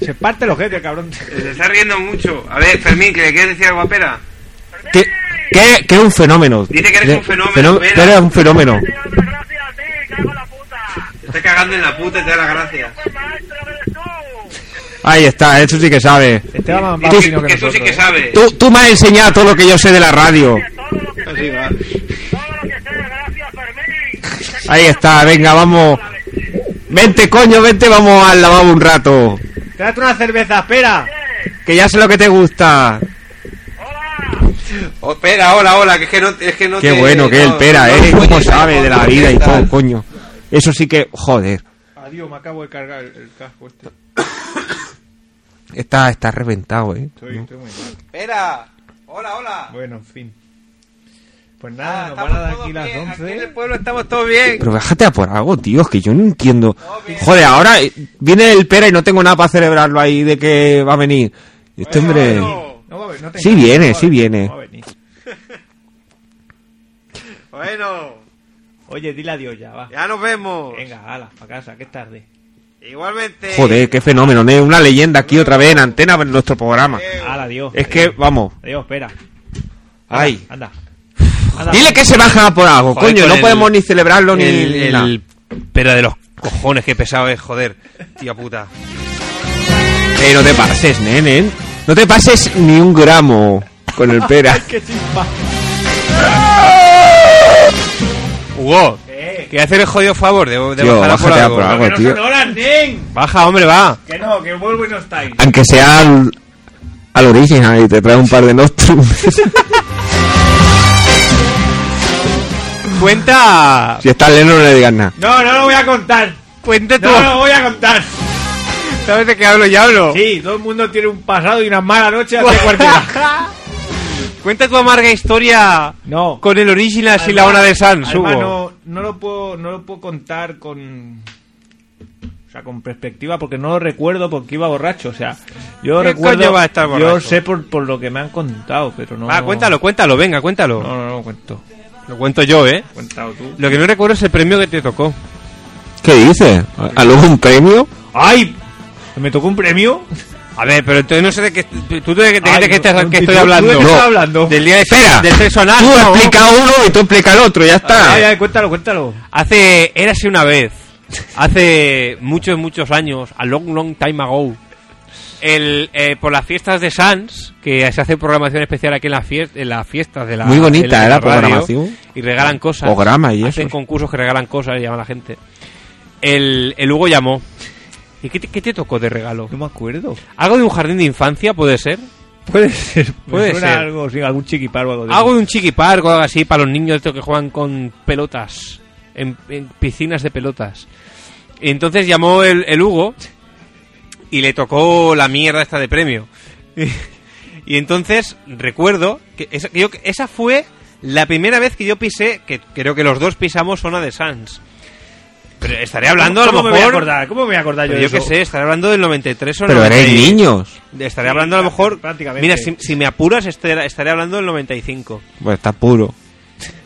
Speaker 11: Se parte el ojete, cabrón.
Speaker 1: Se está riendo mucho. A ver, Fermín, ¿que le quieres decir algo a Pera?
Speaker 2: ¿Qué, qué, qué un fenómeno?
Speaker 1: Dice que eres
Speaker 2: De-
Speaker 1: un fenómeno,
Speaker 2: fenó-
Speaker 1: Pera.
Speaker 2: Pera es un fenómeno.
Speaker 1: Te está cagando en la puta y te da las gracias.
Speaker 2: Ahí está, eso sí que sabe.
Speaker 11: Esteban
Speaker 1: más fino que Eso sí que sabe.
Speaker 2: Tú, tú me has enseñado todo lo que yo sé de la radio.
Speaker 1: Así va.
Speaker 2: Ahí está, venga, vamos. Vente, coño, vente, vamos al lavabo un rato.
Speaker 11: Trate una cerveza, espera.
Speaker 2: Que ya sé lo que te gusta.
Speaker 1: Oh, pera, hola, hola, que es que no, es que no
Speaker 2: Qué
Speaker 1: te-
Speaker 2: bueno que
Speaker 1: no,
Speaker 2: el Pera,
Speaker 1: no
Speaker 2: ¿eh?
Speaker 1: oyes,
Speaker 2: ¿Cómo
Speaker 1: no
Speaker 2: sabe de la
Speaker 1: contestas.
Speaker 2: vida y todo, coño? Eso sí que, joder,
Speaker 8: Adiós, me acabo de cargar el, el casco este.
Speaker 2: está, está reventado, ¿eh?
Speaker 8: Estoy, estoy muy mal.
Speaker 1: Pera, hola, hola.
Speaker 8: Bueno, en fin. Pues nada, nos
Speaker 1: Ah, estamos
Speaker 8: van a dar
Speaker 1: todos
Speaker 8: aquí las
Speaker 1: bien, aquí
Speaker 8: 11.
Speaker 1: en el pueblo estamos todos bien.
Speaker 2: Pero bájate a por algo, tío, es que yo no entiendo. Joder, ahora eh, viene el Pera y no tengo nada para celebrarlo ahí de que va a venir. Y Este hombre...
Speaker 8: No va a venir, no te
Speaker 2: Sí
Speaker 8: engañes,
Speaker 2: viene,
Speaker 8: no va a
Speaker 2: sí
Speaker 8: venir,
Speaker 2: viene.
Speaker 8: no va a venir.
Speaker 1: Bueno,
Speaker 11: Oye, dile adiós ya, va.
Speaker 1: ya nos vemos.
Speaker 11: Venga, ala, pa' casa, que es tarde.
Speaker 1: Igualmente.
Speaker 2: Joder, qué fenómeno, ¿eh? Una leyenda aquí otra vez en antena en nuestro programa.
Speaker 11: Ala, adiós.
Speaker 2: Es que, vamos,
Speaker 11: Adiós, espera.
Speaker 2: ay.
Speaker 11: Anda.
Speaker 2: Dile que se baja por algo,
Speaker 1: Joder,
Speaker 2: coño,
Speaker 1: con
Speaker 2: no
Speaker 1: el-
Speaker 2: podemos ni celebrarlo ni...
Speaker 1: el,
Speaker 2: ni nada.
Speaker 1: el Pera de los cojones, qué pesado es, joder. Tía puta.
Speaker 2: Eh, no te pases, nene. No te pases ni un gramo con el pera.
Speaker 1: Hugo, que hacer el jodido favor de, de
Speaker 2: Tío,
Speaker 1: bajar a por
Speaker 2: bájate a
Speaker 1: algo.
Speaker 2: por algo.
Speaker 8: Que no
Speaker 2: tío.
Speaker 8: son horas, nen.
Speaker 1: Baja, hombre, va.
Speaker 8: Que no, que vuelvo y no estáis.
Speaker 2: Aunque sea al, al origen ahí, te trae un par de Nostrum.
Speaker 1: Cuenta.
Speaker 2: si estás lento no le digas nada.
Speaker 8: No, no lo voy a contar.
Speaker 1: Cuenta tú.
Speaker 8: No lo voy a contar.
Speaker 1: ¿Sabes de qué hablo y hablo?
Speaker 8: Sí, todo el mundo tiene un pasado y una mala noche hace cualquiera.
Speaker 1: Cuenta tu amarga historia
Speaker 8: No.
Speaker 1: con el original y la
Speaker 8: Además-
Speaker 1: hora de Sans,
Speaker 8: además,
Speaker 1: Hugo.
Speaker 8: no, no lo puedo, no lo puedo contar con. O sea, con perspectiva, porque no lo recuerdo porque iba borracho. O sea, yo
Speaker 1: ¿Qué
Speaker 8: recuerdo.
Speaker 1: coño va a estar borracho?
Speaker 8: Yo sé por, por lo que me han contado, pero no.
Speaker 1: Ah, cuéntalo, cuéntalo, venga, cuéntalo.
Speaker 8: No, no, no, cuento.
Speaker 1: Lo cuento yo, ¿eh?
Speaker 8: Cuéntalo tú.
Speaker 1: Lo que no recuerdo es el premio que te tocó.
Speaker 2: ¿Qué dices? ¿A- ¿A luego un premio?
Speaker 8: ¡Ay! ¿Me tocó un premio?
Speaker 1: A ver, pero entonces no sé de qué... ¿Tú de qué, de
Speaker 8: Ay,
Speaker 1: qué estás-
Speaker 8: no,
Speaker 1: qué
Speaker 8: ¿y
Speaker 1: estoy
Speaker 8: tú-
Speaker 1: hablando?
Speaker 8: tú de qué estás hablando?
Speaker 1: Del día de
Speaker 2: Espera.
Speaker 1: del sexo anal, Ah,
Speaker 2: Tú
Speaker 1: ¿no? Ah,
Speaker 2: explica uno y tú explica el otro, ya está.
Speaker 8: Ay, ay, cuéntalo, cuéntalo.
Speaker 1: Hace... Érase una vez. Hace muchos, muchos años. A long, long time ago. El, eh, por las fiestas de Sans, que se hace programación especial aquí en, las fies- en las fiestas de la.
Speaker 2: Muy bonita,
Speaker 1: de
Speaker 2: ¿eh? la
Speaker 1: radio,
Speaker 2: programación.
Speaker 1: Y regalan cosas.
Speaker 2: Programa y
Speaker 1: Hacen
Speaker 2: eso.
Speaker 1: concursos que regalan cosas y llaman a la gente. El, el Hugo llamó. ¿Y qué te, qué te tocó de regalo?
Speaker 11: No me acuerdo.
Speaker 1: ¿Algo de un jardín de infancia puede ser?
Speaker 11: Puede ser. me
Speaker 1: Puede
Speaker 11: suena
Speaker 1: ser.
Speaker 11: algo, sí, algún chiquipar o algo de
Speaker 1: Algo de un chiquiparco, algo así, para los niños estos que juegan con pelotas, en, en piscinas de pelotas. Y entonces llamó el, el Hugo y le tocó la mierda esta de premio. Y entonces recuerdo que esa, que yo- que esa fue la primera vez que yo pisé, que creo que los dos pisamos zona de Sans. Pero estaré hablando
Speaker 8: ¿Cómo
Speaker 1: a lo
Speaker 8: me voy a
Speaker 1: mejor...
Speaker 8: acordar? ¿Cómo me voy a acordar yo
Speaker 1: pero
Speaker 8: de
Speaker 1: yo
Speaker 8: eso?
Speaker 1: qué sé, estaré hablando del 93 o
Speaker 2: Pero eres
Speaker 1: 90 y-
Speaker 2: niños.
Speaker 1: Estaré hablando a lo mejor...
Speaker 8: Prácticamente.
Speaker 1: Mira, si, si me apuras estaré, estaré hablando del 95.
Speaker 2: Pues está puro.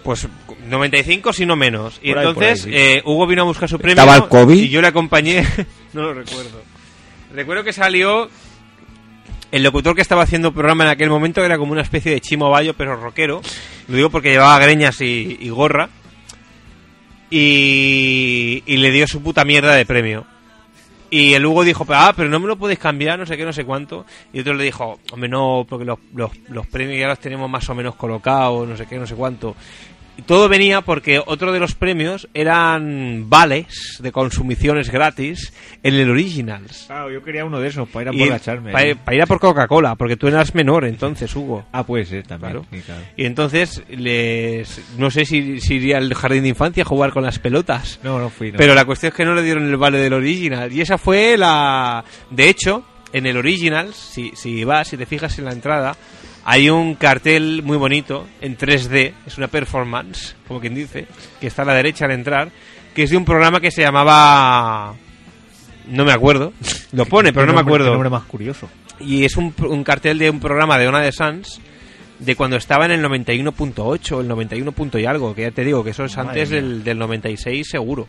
Speaker 1: Pues 95, si no menos. Y
Speaker 2: Por ahí,
Speaker 1: entonces
Speaker 2: por ahí, sí.
Speaker 1: eh, Hugo vino a buscar su premio.
Speaker 2: ¿Estaba el COVID?
Speaker 1: Y yo le acompañé. no lo recuerdo. Recuerdo que salió. El locutor que estaba haciendo programa en aquel momento era como una especie de chimo bayo, pero rockero. Lo digo porque llevaba greñas y, y gorra. Y, y le dio su puta mierda de premio. Y el Hugo dijo, ah, pero no me lo podéis cambiar, no sé qué, no sé cuánto. Y otro le dijo, hombre, no, porque los, los, los premios ya los tenemos más o menos colocados, no sé qué, no sé cuánto. Y todo venía porque otro de los premios eran vales de consumiciones gratis en el Originals.
Speaker 8: Claro, yo quería uno de esos para ir a
Speaker 1: Y-
Speaker 8: emborracharme.
Speaker 1: Para, ir- para ir a por Coca-Cola, porque tú eras menor entonces, Hugo.
Speaker 8: Ah, puede ser también.
Speaker 1: Claro.
Speaker 8: sí, claro.
Speaker 1: Y entonces, les, no sé si, si iría al jardín de infancia a jugar con las pelotas.
Speaker 8: No, no fui, no.
Speaker 1: Pero la cuestión es que no le dieron el vale del original. Y esa fue la... De hecho, en el original, si, si vas, si te fijas en la entrada, hay un cartel muy bonito en 3D. Es una performance, como quien dice, que está a la derecha al entrar, que es de un programa que se llamaba... No me acuerdo. Lo pone, pero no me
Speaker 8: Qué nombre- qué
Speaker 1: acuerdo
Speaker 8: nombre más curioso.
Speaker 1: y es un, un cartel de un programa de Ona de Sans de cuando estaba en el 91.8, el 91. punto y algo, que ya te digo que eso es
Speaker 8: Madre
Speaker 1: antes
Speaker 8: mía.
Speaker 1: del, del 96 seguro.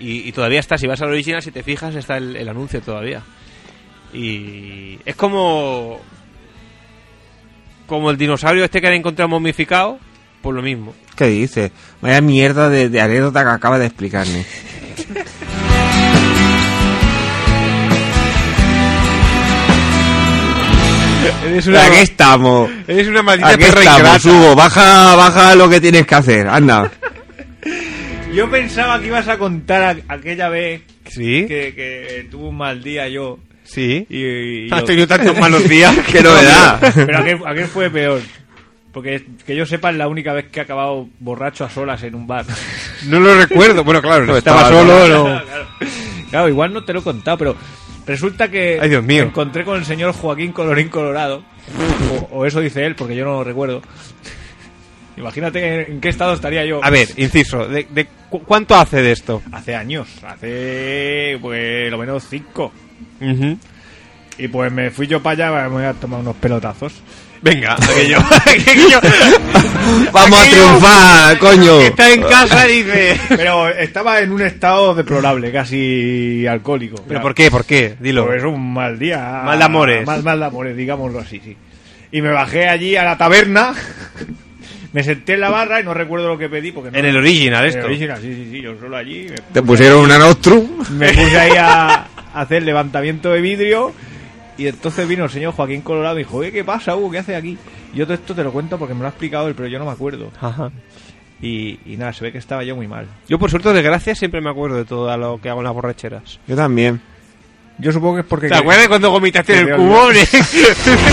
Speaker 1: Y, y todavía está, si vas al original, si te fijas, está el, el anuncio todavía. Y es como como el dinosaurio este que han encontrado momificado, por lo mismo.
Speaker 2: ¿Qué dices? Vaya mierda de, de anécdota que acaba de explicarme.
Speaker 1: Eres
Speaker 2: Aquí estamos.
Speaker 1: Eres una maldita
Speaker 2: Aquí
Speaker 1: perra
Speaker 2: estamos,
Speaker 1: ingrata.
Speaker 2: Hugo. Baja, baja lo que tienes que hacer. Anda.
Speaker 1: Ah.
Speaker 8: Yo pensaba que ibas a contar a- aquella vez
Speaker 1: Sí.
Speaker 8: que, que tuve un mal día yo.
Speaker 1: Sí.
Speaker 8: Y, y- y
Speaker 1: Has
Speaker 8: yo-
Speaker 1: tenido tantos malos días.
Speaker 2: Qué novedad.
Speaker 8: Pero aquel, aquel fue peor. Porque que yo sepa es la única vez que he acabado borracho a solas en un bar.
Speaker 1: No lo recuerdo. Bueno, claro, no
Speaker 2: No,
Speaker 1: estaba,
Speaker 2: estaba
Speaker 1: solo.
Speaker 2: solo.
Speaker 1: no.
Speaker 8: Claro. Claro, igual no te lo he contado, pero resulta que
Speaker 1: Ay, Dios mío.
Speaker 8: me encontré con el señor Joaquín Colorín Colorado. O, o eso dice él, porque yo no lo recuerdo. Imagínate en qué estado estaría yo.
Speaker 1: A ver, inciso, de, de cu- ¿cuánto hace de esto?
Speaker 8: Hace años, hace pues lo menos cinco. Y pues me fui yo para allá, me voy a tomar unos pelotazos.
Speaker 1: Venga, aquello, aquello
Speaker 2: Vamos a
Speaker 1: Aquello
Speaker 2: triunfar, coño.
Speaker 1: que está en casa y dice...
Speaker 8: Pero estaba en un estado deplorable, casi alcohólico.
Speaker 1: ¿Pero por qué? ¿Por qué? Dilo.
Speaker 8: Pues un mal día.
Speaker 1: Mal de amores.
Speaker 8: Mal, mal de amores, digámoslo así, sí. Y me bajé allí a la taberna, me senté en la barra y no recuerdo lo que pedí porque no...
Speaker 1: En el original
Speaker 8: en el
Speaker 1: esto.
Speaker 8: original, sí, sí, sí, yo solo allí. me-
Speaker 2: Te pusieron una nostrum.
Speaker 8: me puse ahí a, a hacer levantamiento de vidrio y entonces vino el señor Joaquín Colorado y dijo, "Oye, ¿qué pasa, Hugo? ¿Qué haces aquí? Yo todo esto te lo cuento porque me lo ha explicado él, pero yo no me acuerdo.
Speaker 1: Ajá.
Speaker 8: Y, y nada, se ve que estaba yo muy mal.
Speaker 1: Yo, por suerte o desgracia, siempre me acuerdo de todo lo que hago en las borracheras.
Speaker 2: Yo también.
Speaker 8: Yo supongo que es porque...
Speaker 1: ¿Te acuerdas cuando gomitaste
Speaker 8: que
Speaker 1: en el eh?
Speaker 8: te
Speaker 1: cubo?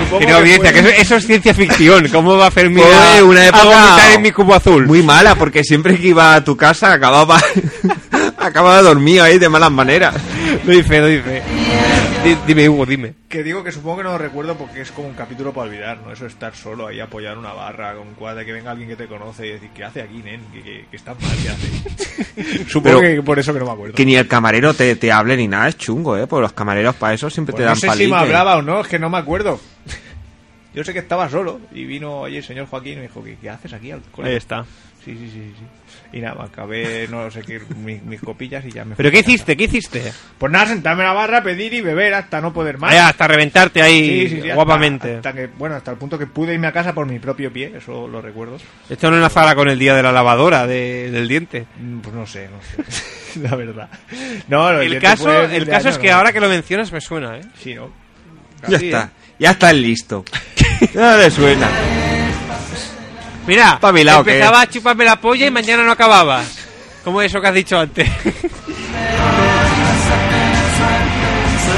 Speaker 8: supongo
Speaker 1: Tiene audiencia, que
Speaker 8: fue-
Speaker 1: eso, eso es ciencia ficción. ¿Cómo va a hacer mi
Speaker 2: Fue una
Speaker 1: a
Speaker 2: época
Speaker 1: vomitar en mi cubo azul?
Speaker 2: muy mala porque siempre que iba a tu casa acababa acababa dormido ahí de malas maneras.
Speaker 1: Doy fe, doy fe. Di- dime, Hugo, dime.
Speaker 8: Que digo que supongo que no lo recuerdo porque es como un capítulo para olvidar, ¿no? Eso estar solo ahí, apoyar una barra, con cuadra, que venga alguien que te conoce y decir, ¿qué hace aquí, nen? ¿Qué, qué, qué estás mal? ¿Qué hace? supongo
Speaker 2: Pero-
Speaker 8: que por eso que no me acuerdo.
Speaker 2: Que ni el camarero te, te hable ni nada, es chungo, ¿eh? Porque los camareros para eso siempre
Speaker 8: Pues
Speaker 2: te
Speaker 8: no
Speaker 2: dan
Speaker 8: sé si
Speaker 2: palique.
Speaker 8: me hablaba o no, es que no me acuerdo. Yo sé que estaba solo y vino allí el señor Joaquín y me dijo, ¿qué, qué haces aquí al
Speaker 1: Ahí está.
Speaker 8: Sí, sí, sí, sí. Y nada, acabé, no sé qué, mis, mis copillas y ya me fui
Speaker 1: ¿Pero qué
Speaker 8: a casa.
Speaker 1: hiciste? ¿Qué hiciste?
Speaker 8: Pues nada, sentarme en la barra, pedir y beber hasta no poder más.
Speaker 1: Vaya, hasta reventarte ahí
Speaker 8: Sí, sí, sí, hasta-
Speaker 1: guapamente.
Speaker 8: hasta que, bueno, hasta el punto que pude irme a casa por mi propio pie, eso lo recuerdo.
Speaker 1: Esto no enlazará con el día de la lavadora de- del diente.
Speaker 8: Mm, Pues no sé, no sé. la verdad. No, lo
Speaker 1: El
Speaker 8: del
Speaker 1: caso,
Speaker 8: diente fue
Speaker 1: el
Speaker 8: de
Speaker 1: caso
Speaker 8: año,
Speaker 1: es que
Speaker 8: ¿no?
Speaker 1: ahora que lo mencionas me suena, ¿eh?
Speaker 8: Sí, ¿no? ¿eh?
Speaker 2: Ya
Speaker 1: Sí,
Speaker 2: está, ya está listo. Ya le suena.
Speaker 1: Mira,
Speaker 2: Espabilado que
Speaker 1: empezaba a chuparme la polla y mañana no acababas. Como eso que has dicho antes.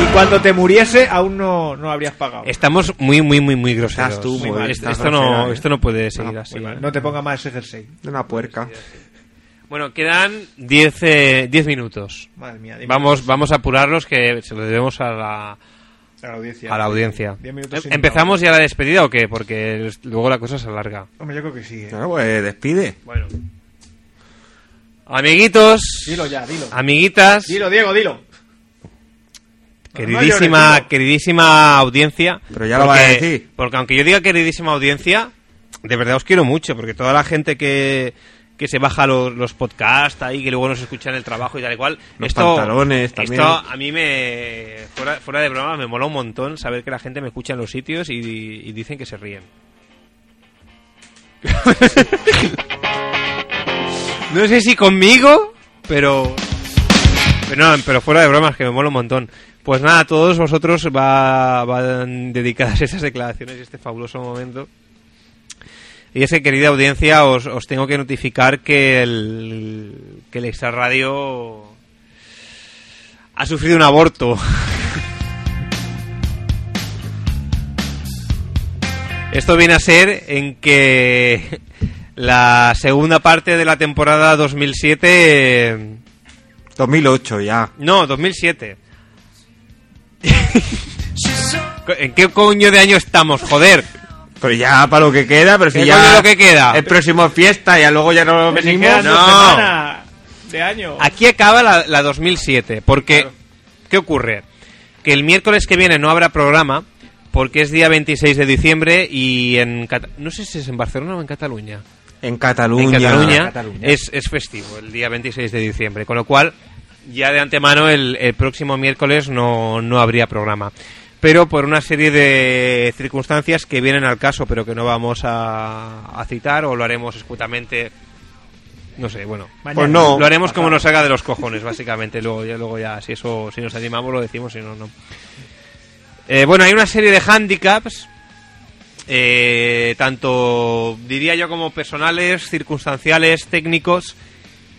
Speaker 8: Y cuando te muriese, aún no, no habrías pagado.
Speaker 1: Estamos muy, muy, muy, muy groseros.
Speaker 2: Estás tú muy
Speaker 1: Muy
Speaker 2: mal,
Speaker 1: mal.
Speaker 2: estás
Speaker 1: esto,
Speaker 2: grosera,
Speaker 1: no,
Speaker 2: ¿eh?
Speaker 1: esto no puede seguir
Speaker 2: No,
Speaker 1: así.
Speaker 8: Muy mal,
Speaker 1: ¿eh?
Speaker 8: No te ponga más ese jersey.
Speaker 2: De una puerca.
Speaker 1: Bueno, quedan 10 eh, 10 minutos.
Speaker 8: Madre mía, diez
Speaker 1: Vamos, vamos a apurarlos que se lo debemos a la,
Speaker 8: minutos a la audiencia.
Speaker 1: a la audiencia.
Speaker 8: Diez minutos
Speaker 1: Em-
Speaker 8: sin
Speaker 1: ¿Empezamos ya la despedida o qué? Porque es- luego la cosa se alarga.
Speaker 8: Hombre, yo creo que sí. ¿eh?
Speaker 1: Ah.
Speaker 2: Bueno, pues despide.
Speaker 8: Bueno,
Speaker 1: Amiguitos,
Speaker 8: dilo ya, dilo.
Speaker 1: Ah, amiguitas,
Speaker 8: Dilo, Diego, dilo.
Speaker 1: Queridísima, queridísima audiencia.
Speaker 2: Pero ya lo vas a decir.
Speaker 1: Porque aunque yo diga queridísima audiencia, de verdad os quiero mucho, porque toda la gente que, que se baja los, los podcasts ahí, que luego nos escucha en el trabajo y tal y cual.
Speaker 2: Los
Speaker 1: esto,
Speaker 2: pantalones también.
Speaker 1: Esto a mí me. Fuera, fuera de broma, me mola un montón saber que la gente me escucha en los sitios y, y dicen que se ríen. no sé si conmigo, pero. Pero, no, pero fuera de bromas, que me mola un montón. Pues nada, a todos vosotros va, van dedicadas estas declaraciones y este fabuloso momento. Y es que, querida audiencia, os, os tengo que notificar que el, que el Extra Radio ha sufrido un aborto. Esto viene a ser en que la segunda parte de la temporada 2007... eh,
Speaker 2: 2008 ya.
Speaker 1: No, 2007. ¿En qué coño de año estamos, joder?
Speaker 2: Pero ya para lo que queda, pero si
Speaker 1: ¿Qué
Speaker 2: ya.
Speaker 1: coño lo que queda?
Speaker 2: El próximo fiesta, ya luego ya no
Speaker 1: Pero si
Speaker 2: venimos.
Speaker 1: quedan dos
Speaker 2: No.
Speaker 1: semanas.
Speaker 11: De año.
Speaker 1: Aquí acaba la, la 2007, porque ¿qué ocurre? Que el miércoles que viene no habrá programa porque es día 26 de diciembre y en Cata- no sé si es en Barcelona o en Cataluña.
Speaker 2: En Cataluña.
Speaker 1: En Cataluña, Es, es festivo el día 26 de diciembre, con lo cual ya de antemano el, el próximo miércoles no, no habría programa. Pero por una serie de circunstancias que vienen al caso, pero que no vamos a, a citar o lo haremos escuetamente. No sé, bueno.
Speaker 2: Mañana. Pues no.
Speaker 1: Lo haremos como nos haga de los cojones, básicamente. luego, ya, luego ya, si eso, si nos animamos lo decimos, si no, no. Eh, bueno, hay una serie de handicaps, eh, tanto diría yo como personales, circunstanciales, técnicos,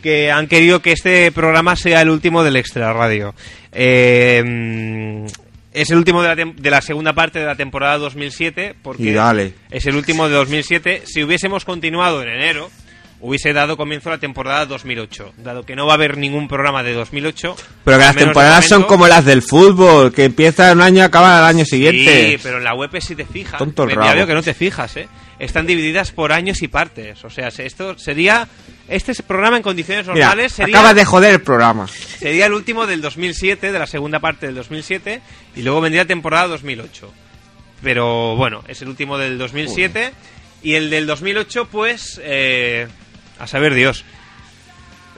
Speaker 1: que han querido que este programa sea el último del Extra Radio. Eh, mm, es el último de la, tem- de la segunda parte de la temporada 2007, porque
Speaker 2: Y dale.
Speaker 1: es el último de 2007. Si hubiésemos continuado en enero, hubiese dado comienzo a la temporada 2008, dado que no va a haber ningún programa de 2008.
Speaker 2: Pero que
Speaker 1: al menos
Speaker 2: las
Speaker 1: de
Speaker 2: temporadas son
Speaker 1: momento.
Speaker 2: como las del fútbol, que empieza un año y acaba el año
Speaker 1: Sí,
Speaker 2: siguiente.
Speaker 1: pero en la web si te fijas.
Speaker 2: Tonto el
Speaker 1: Ya
Speaker 2: rabo.
Speaker 1: veo que no te fijas, ¿eh? Están divididas por años y partes. O sea, se- esto sería... Este es- programa en condiciones
Speaker 2: Mira,
Speaker 1: normales sería,
Speaker 2: acabas de joder el programa.
Speaker 1: sería el último del 2007, de la segunda parte del 2007, y luego vendría la temporada 2008. Pero bueno, es el último del 2007. Y el del 2008, pues... eh, a saber Dios.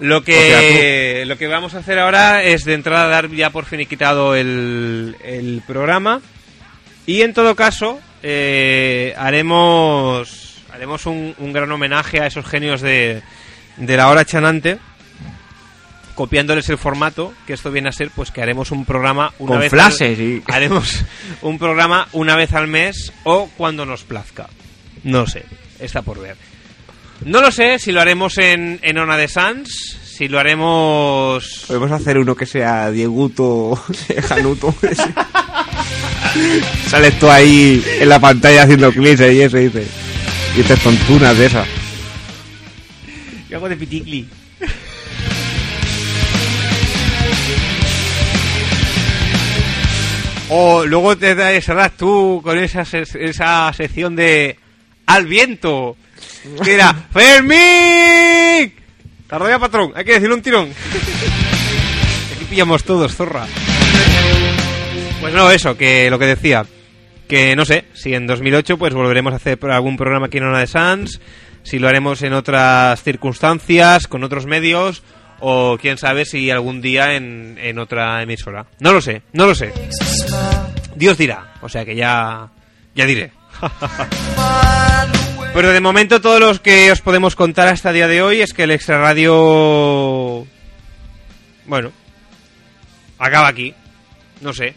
Speaker 1: Lo que, lo que vamos a hacer ahora es de entrada dar ya por finiquitado el, el programa. Y en todo caso, eh, haremos, haremos un, un gran homenaje a esos genios de, de la hora chanante, copiándoles el formato, que esto viene a ser pues que haremos un programa una
Speaker 2: Con
Speaker 1: vez
Speaker 2: flashes
Speaker 1: al-
Speaker 2: y-
Speaker 1: haremos un programa una vez al mes o cuando nos plazca. No sé, está por ver. No lo sé si lo haremos en, en Ona de Sans, si lo haremos
Speaker 2: Podemos hacer uno que sea Dieguto, Januto. Sales tú ahí en la pantalla haciendo clics y eso, y dices. Y estas tontunas de esas.
Speaker 1: Yo hago de piticli. O luego te da- cerrás tú con esa, ses- esa sección de Al viento. Que era Fermín. La rodea patrón, hay que decirle un tirón. Aquí pillamos todos, zorra. Pues no, eso, que lo que decía. Que Eh, no sé, si en 2008 pues volveremos a hacer pro- algún programa aquí en Ona de Sans, si lo haremos en otras circunstancias, con otros medios, o quién sabe si algún día en, en otra emisora. No lo sé, no lo sé. Dios dirá, o sea que ya, ya diré. Pero de momento todos los que os podemos contar hasta el día de hoy es que el Extra Radio... Bueno, acaba aquí. No sé.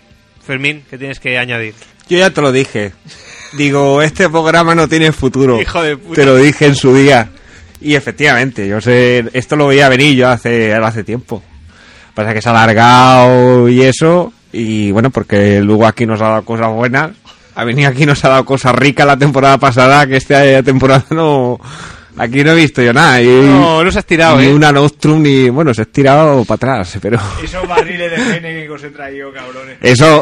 Speaker 1: Fermín, ¿qué tienes que añadir?
Speaker 2: Yo ya te lo dije. Digo, este programa no tiene futuro.
Speaker 1: Hijo de puta.
Speaker 2: Te lo dije en su día. Y efectivamente, yo sé, esto lo veía venir yo hace, hace tiempo. Pasa que se ha alargado y eso. Y bueno, porque luego aquí nos ha dado cosas buenas. Ha venido aquí y nos ha dado cosas ricas la temporada pasada, que esta temporada no... Aquí no he visto yo nada. Y,
Speaker 1: No, no se has tirado,
Speaker 2: Ni
Speaker 1: ¿eh?
Speaker 2: una Nostrum, ni... Bueno, se ha tirado para atrás, pero...
Speaker 11: Esos barriles de pene que os he traído, cabrones.
Speaker 1: Eh.
Speaker 2: Eso...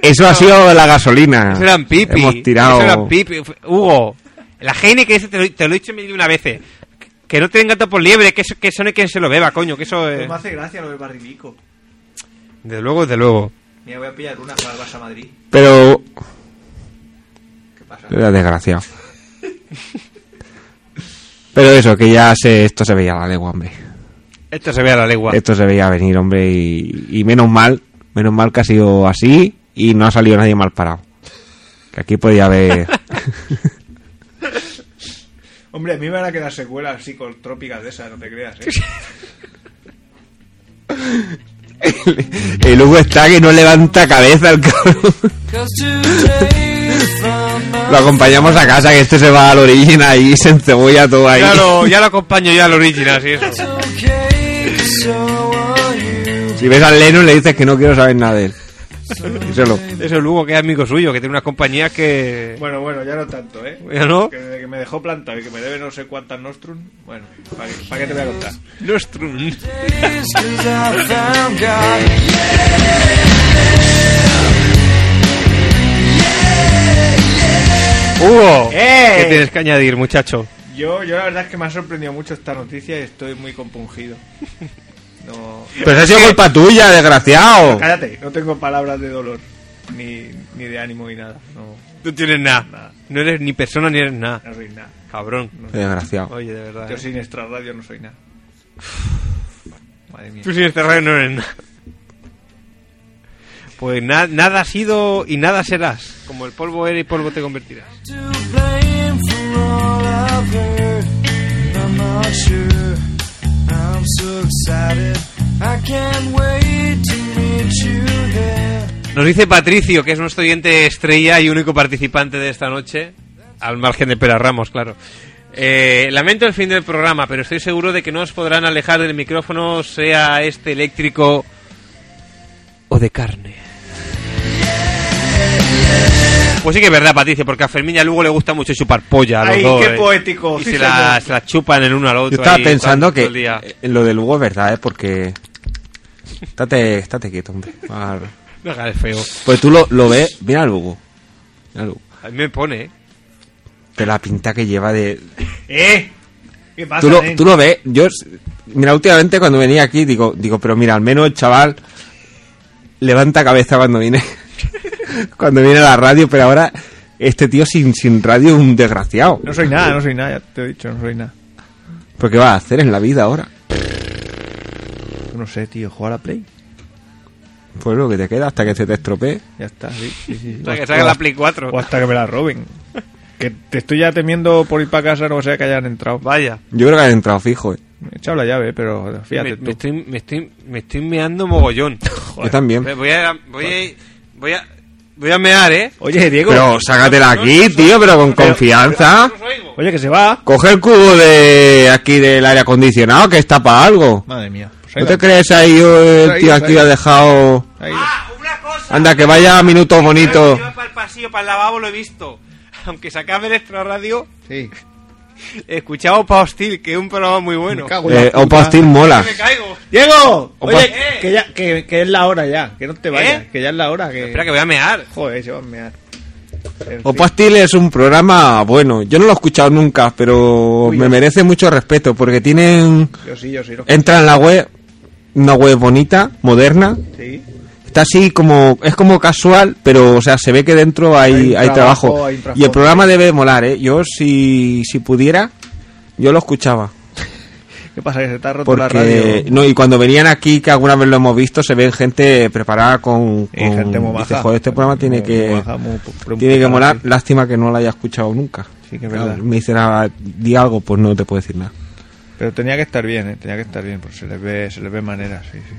Speaker 2: Eso ha sido la gasolina.
Speaker 1: Eso eran pipi.
Speaker 2: Hemos tirado...
Speaker 1: Eso eran pipi. F- Hugo, la higiene que ese te lo, te lo he dicho mil y una veces. Que no te den gato por liebre, que eso, que eso no hay quien se lo beba, coño. Que eso
Speaker 11: Pues
Speaker 1: es...
Speaker 11: me hace gracia lo del barrilico.
Speaker 1: De luego, de luego.
Speaker 8: Mira, voy a pillar una para el Barça Madrid.
Speaker 2: Pero.
Speaker 8: ¿Qué pasa?
Speaker 2: Era desgraciado. Pero eso, que ya se, esto se veía a la legua, hombre.
Speaker 1: Esto se ve a la legua.
Speaker 2: Esto se veía venir, hombre. Y, y menos mal, menos mal que ha sido así y no ha salido nadie mal parado. Que aquí podía haber.
Speaker 8: Hombre, a mí me van a quedar secuelas psicotrópicas de esas, no te creas, ¿eh?
Speaker 2: El Hugo está que no levanta cabeza el cabrón. Lo acompañamos a casa, que este se va al origen ahí, se encebolla todo ahí.
Speaker 1: Ya lo, ya lo acompaño yo al original, sí, eso.
Speaker 2: Si ves al Lennon le dices que no quiero saber nada de él. Díselo.
Speaker 1: Es el Hugo que es amigo suyo, que tiene una compañía que...
Speaker 8: Bueno, bueno, ya no tanto, ¿eh?
Speaker 1: ¿Ya no?
Speaker 8: Que, desde que me dejó plantado y que me debe no sé cuántas Nostrum. Bueno, ¿para qué, pa' qué te voy a contar?
Speaker 1: Nostrum. Hugo, ¿qué tienes que añadir, muchacho?
Speaker 8: Yo, yo la verdad es que me ha sorprendido mucho esta noticia y estoy muy compungido. No...
Speaker 2: Pero esa ha sido culpa tuya, desgraciado.
Speaker 8: Cállate, no tengo palabras de dolor, ni, ni de ánimo, ni nada. No,
Speaker 1: No tienes nada. No eres ni persona ni eres nada.
Speaker 8: no soy nada.
Speaker 1: Cabrón.
Speaker 2: Desgraciado.
Speaker 1: Oye, de verdad.
Speaker 8: Yo
Speaker 1: ¿eh?
Speaker 8: sin extra radio no soy nada. Madre mía.
Speaker 1: Tú sin este radio no eres nada. Pues na- nada has sido y nada serás. Como el polvo eres y polvo te convertirás. Nos dice Patricio, que es nuestro oyente estrella y único participante de esta noche, al margen de Pera Ramos, claro. Eh, lamento el fin del programa, pero estoy seguro de que no os podrán alejar del micrófono, sea este eléctrico o de carne. Pues sí que es verdad, Patricio, porque a Fermín y a Lugo le gusta mucho chupar polla a los
Speaker 8: Ay,
Speaker 1: dos,
Speaker 8: qué
Speaker 1: eh.
Speaker 8: poético.
Speaker 1: Y
Speaker 8: sí,
Speaker 1: se, la,
Speaker 8: señor.
Speaker 1: se la chupan el uno al otro.
Speaker 2: Yo estaba
Speaker 1: ahí,
Speaker 2: pensando
Speaker 1: todo
Speaker 2: que
Speaker 1: el día.
Speaker 2: eh, lo del Hugo es verdad, ¿eh? Porque... Estate, estate quieto, hombre. Vale.
Speaker 1: No hagas el feo.
Speaker 2: Pues tú lo, lo ves... Mira al Hugo. Mira al Hugo.
Speaker 1: A mí me pone, ¿eh?
Speaker 2: De la pinta que lleva de...
Speaker 8: ¡Eh! ¿Qué
Speaker 1: Ah,
Speaker 8: pasa,
Speaker 2: Tú lo,
Speaker 8: nen?
Speaker 2: tú lo ves. Yo... Mira, últimamente cuando venía aquí digo, digo, pero mira, al menos el chaval levanta cabeza cuando viene... cuando viene a la radio, pero ahora... Este tío sin, sin radio es un desgraciado.
Speaker 8: No soy nada, no soy nada, ya te he dicho, no soy nada.
Speaker 2: ¿Pero qué va a hacer en la vida ahora?
Speaker 8: No sé, tío, jugar a Play.
Speaker 2: Pues lo que te queda hasta que se te estropee.
Speaker 8: Ya está, sí, sí, sí.
Speaker 1: Hasta que salga la Play 4.
Speaker 8: O hasta que me la roben. Que te estoy ya temiendo por ir para casa, no sea que hayan entrado.
Speaker 1: Vaya.
Speaker 2: Yo creo que han entrado fijo. eh.
Speaker 8: Me he echado la llave, pero fíjate
Speaker 1: Me,
Speaker 8: tú.
Speaker 1: me estoy, me, estoy, me estoy meando mogollón.
Speaker 2: Yo también.
Speaker 1: Voy a, voy a, voy a, voy a mear, ¿eh?
Speaker 8: Oye, Diego.
Speaker 2: Pero sácatela aquí, tío, pero con confianza.
Speaker 1: Os oigo.
Speaker 8: Oye, que se va.
Speaker 2: Coge el cubo de aquí del aire acondicionado, que está para algo.
Speaker 8: Madre mía. Pues ahí
Speaker 2: ¿No
Speaker 8: va.
Speaker 2: te crees ahí eh, el
Speaker 8: Ahí,
Speaker 2: tío
Speaker 8: ahí.
Speaker 2: aquí ha dejado...
Speaker 8: Ahí va.
Speaker 12: Ah, una cosa.
Speaker 2: Anda, que vaya minutos bonitos.
Speaker 1: Yo para el pasillo, para el lavabo lo he visto. Aunque se acabe el extra radio,
Speaker 8: Sí.
Speaker 1: escuchaba Opa Hostil, que es un programa muy bueno.
Speaker 8: Me cago en la
Speaker 2: Eh,
Speaker 8: puta.
Speaker 2: Opa Hostil mola.
Speaker 1: Me caigo.
Speaker 8: ¡Diego!
Speaker 2: Opa.
Speaker 8: Oye, que, ya, que, que es la hora ya. Que no te vayas.
Speaker 1: ¿Eh?
Speaker 8: Que ya es la hora. Que...
Speaker 1: Espera que voy a mear.
Speaker 8: Joder, se va a mear. En
Speaker 2: Opa
Speaker 8: fin.
Speaker 2: Hostil es un programa bueno. Yo no lo he escuchado nunca, pero
Speaker 8: Uy,
Speaker 2: me
Speaker 8: no.
Speaker 2: merece mucho respeto porque tienen...
Speaker 8: Yo sí, yo sí. lo-
Speaker 2: Entra en la web, una web bonita, moderna,
Speaker 8: Sí.
Speaker 2: Está así como, es como casual, pero o sea, se ve que dentro hay, hay,
Speaker 8: Hay
Speaker 2: trabajo.
Speaker 8: trabajo, hay un trabajo.
Speaker 2: y el programa debe molar, ¿eh? Yo si, si pudiera, yo lo escuchaba.
Speaker 8: ¿Qué pasa? Que se te ha roto la
Speaker 2: Porque,
Speaker 8: radio.
Speaker 2: no, y cuando venían aquí, que alguna vez lo hemos visto, se ven gente preparada con...
Speaker 8: Y
Speaker 2: con-
Speaker 8: gente muy
Speaker 2: dice,
Speaker 8: maja.
Speaker 2: joder, este programa tiene
Speaker 8: Muy-
Speaker 2: que...
Speaker 8: muy maja, muy pro-
Speaker 2: tiene que
Speaker 8: preparada,
Speaker 2: molar.
Speaker 8: sí.
Speaker 2: Lástima que no lo haya escuchado nunca.
Speaker 8: Sí, que es
Speaker 2: Claro,
Speaker 8: verdad.
Speaker 2: Me dice, "Ah, di algo, pues no te puedo decir nada.
Speaker 8: Pero tenía que estar bien, ¿eh? Tenía que estar bien, porque se les ve, se les ve manera, sí, sí.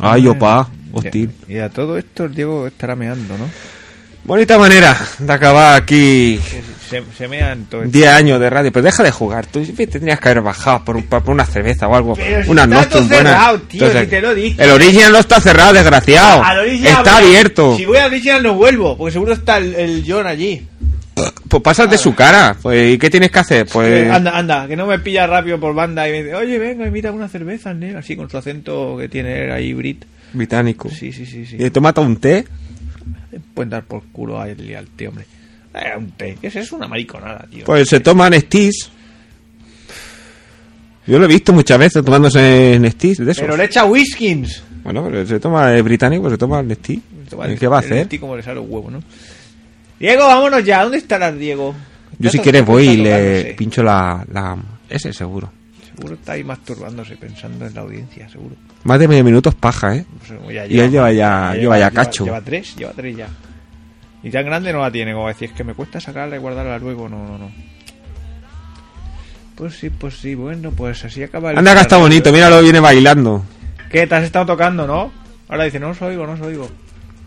Speaker 2: Ay, opa,
Speaker 8: eh,
Speaker 2: hostil.
Speaker 8: Y a todo esto el Diego estará meando, ¿no?
Speaker 2: Bonita manera de acabar aquí
Speaker 8: Se, se mean todo esto.
Speaker 2: 10 Pues, años de radio, pero deja de jugar. Tú te tendrías que haber bajado por, un- por una cerveza o algo.
Speaker 8: Pero si
Speaker 2: una
Speaker 8: está
Speaker 2: Nostrum
Speaker 8: todo
Speaker 2: buena.
Speaker 8: cerrado, tío, si te lo he dicho.
Speaker 2: El original no está cerrado, desgraciado.
Speaker 8: Al original
Speaker 2: está
Speaker 8: voy.
Speaker 2: abierto.
Speaker 8: Si voy a original no vuelvo, porque seguro está el, el John allí.
Speaker 2: Pues pasas de su cara. Pues, ¿Y qué tienes que hacer? Pues.
Speaker 8: Eh, Anda, anda, que no me pilla rápido por banda y me dice, oye, venga, invita una cerveza, negro, así con su acento que tiene ahí Brit.
Speaker 2: Británico.
Speaker 8: Sí, sí, sí, sí.
Speaker 2: Y tómate un té.
Speaker 8: Pueden dar por culo a él y al tío, hombre. Pues Eh, un té. ¿Qué es eso? Una mariconada, tío.
Speaker 2: Pues se toman steaks. Yo lo he visto muchas veces tomándose Nestí de eso.
Speaker 8: Pero le echa whiskins.
Speaker 2: Bueno, pero se toma el británico, se toma el Nestí. ¿Y ¿Qué va a
Speaker 8: El
Speaker 2: hacer?
Speaker 8: Nestí como le sale un huevo, ¿no? Diego, vámonos ya. ¿Dónde estarás, Diego?
Speaker 2: Yo
Speaker 8: Ya
Speaker 2: si
Speaker 8: te-
Speaker 2: quieres
Speaker 8: te
Speaker 2: voy y
Speaker 8: está
Speaker 2: le
Speaker 8: tocándose.
Speaker 2: pincho la, la... Ese seguro.
Speaker 8: Seguro está ahí masturbándose pensando en la audiencia, seguro.
Speaker 2: Más de medio minuto es paja, ¿eh?
Speaker 8: Pues ya
Speaker 2: y él lleva ya, lleva ya cacho.
Speaker 8: Lleva tres, lleva tres ya. Y tan grande no la tiene, como decir, es que me cuesta sacarla y guardarla luego. No, no, no. Pues sí, pues sí, bueno, pues así acaba el.
Speaker 2: Anda que está bonito, míralo, viene bailando.
Speaker 8: ¿Qué? Te has estado tocando, ¿no? Ahora dice, no os oigo, no os oigo.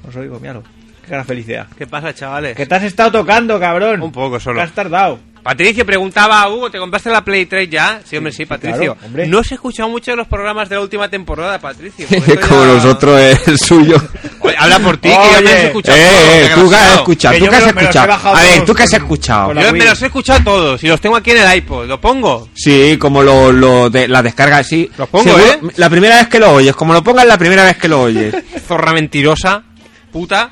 Speaker 8: No os oigo, míralo. Qué cara felicidad.
Speaker 1: ¿Qué pasa, chavales?
Speaker 8: Que te has estado tocando, cabrón. Un
Speaker 1: poco solo.
Speaker 8: Te has tardado.
Speaker 1: Patricio preguntaba a Hugo, ¿te compraste la Play 3 ya? Sí, hombre, sí, Patricio.
Speaker 8: claro, hombre.
Speaker 1: no has escuchado mucho de los programas de la última temporada, Patricio. Pues
Speaker 2: Como nosotros es el suyo.
Speaker 1: Oye, habla por ti, que yo me los he escuchado. todos,
Speaker 2: Eh, eh, tú que has
Speaker 1: desgraciado.
Speaker 2: escuchado, tú que has escuchado. A ver, tú que has escuchado.
Speaker 1: Yo me los he escuchado todos y los tengo aquí en el iPod. ¿Lo pongo?
Speaker 2: Sí, como lo, lo de la descarga así. Lo
Speaker 1: pongo, ¿eh?
Speaker 2: La primera vez que lo oyes, como lo pongas la primera vez que lo oyes.
Speaker 1: Zorra mentirosa, puta.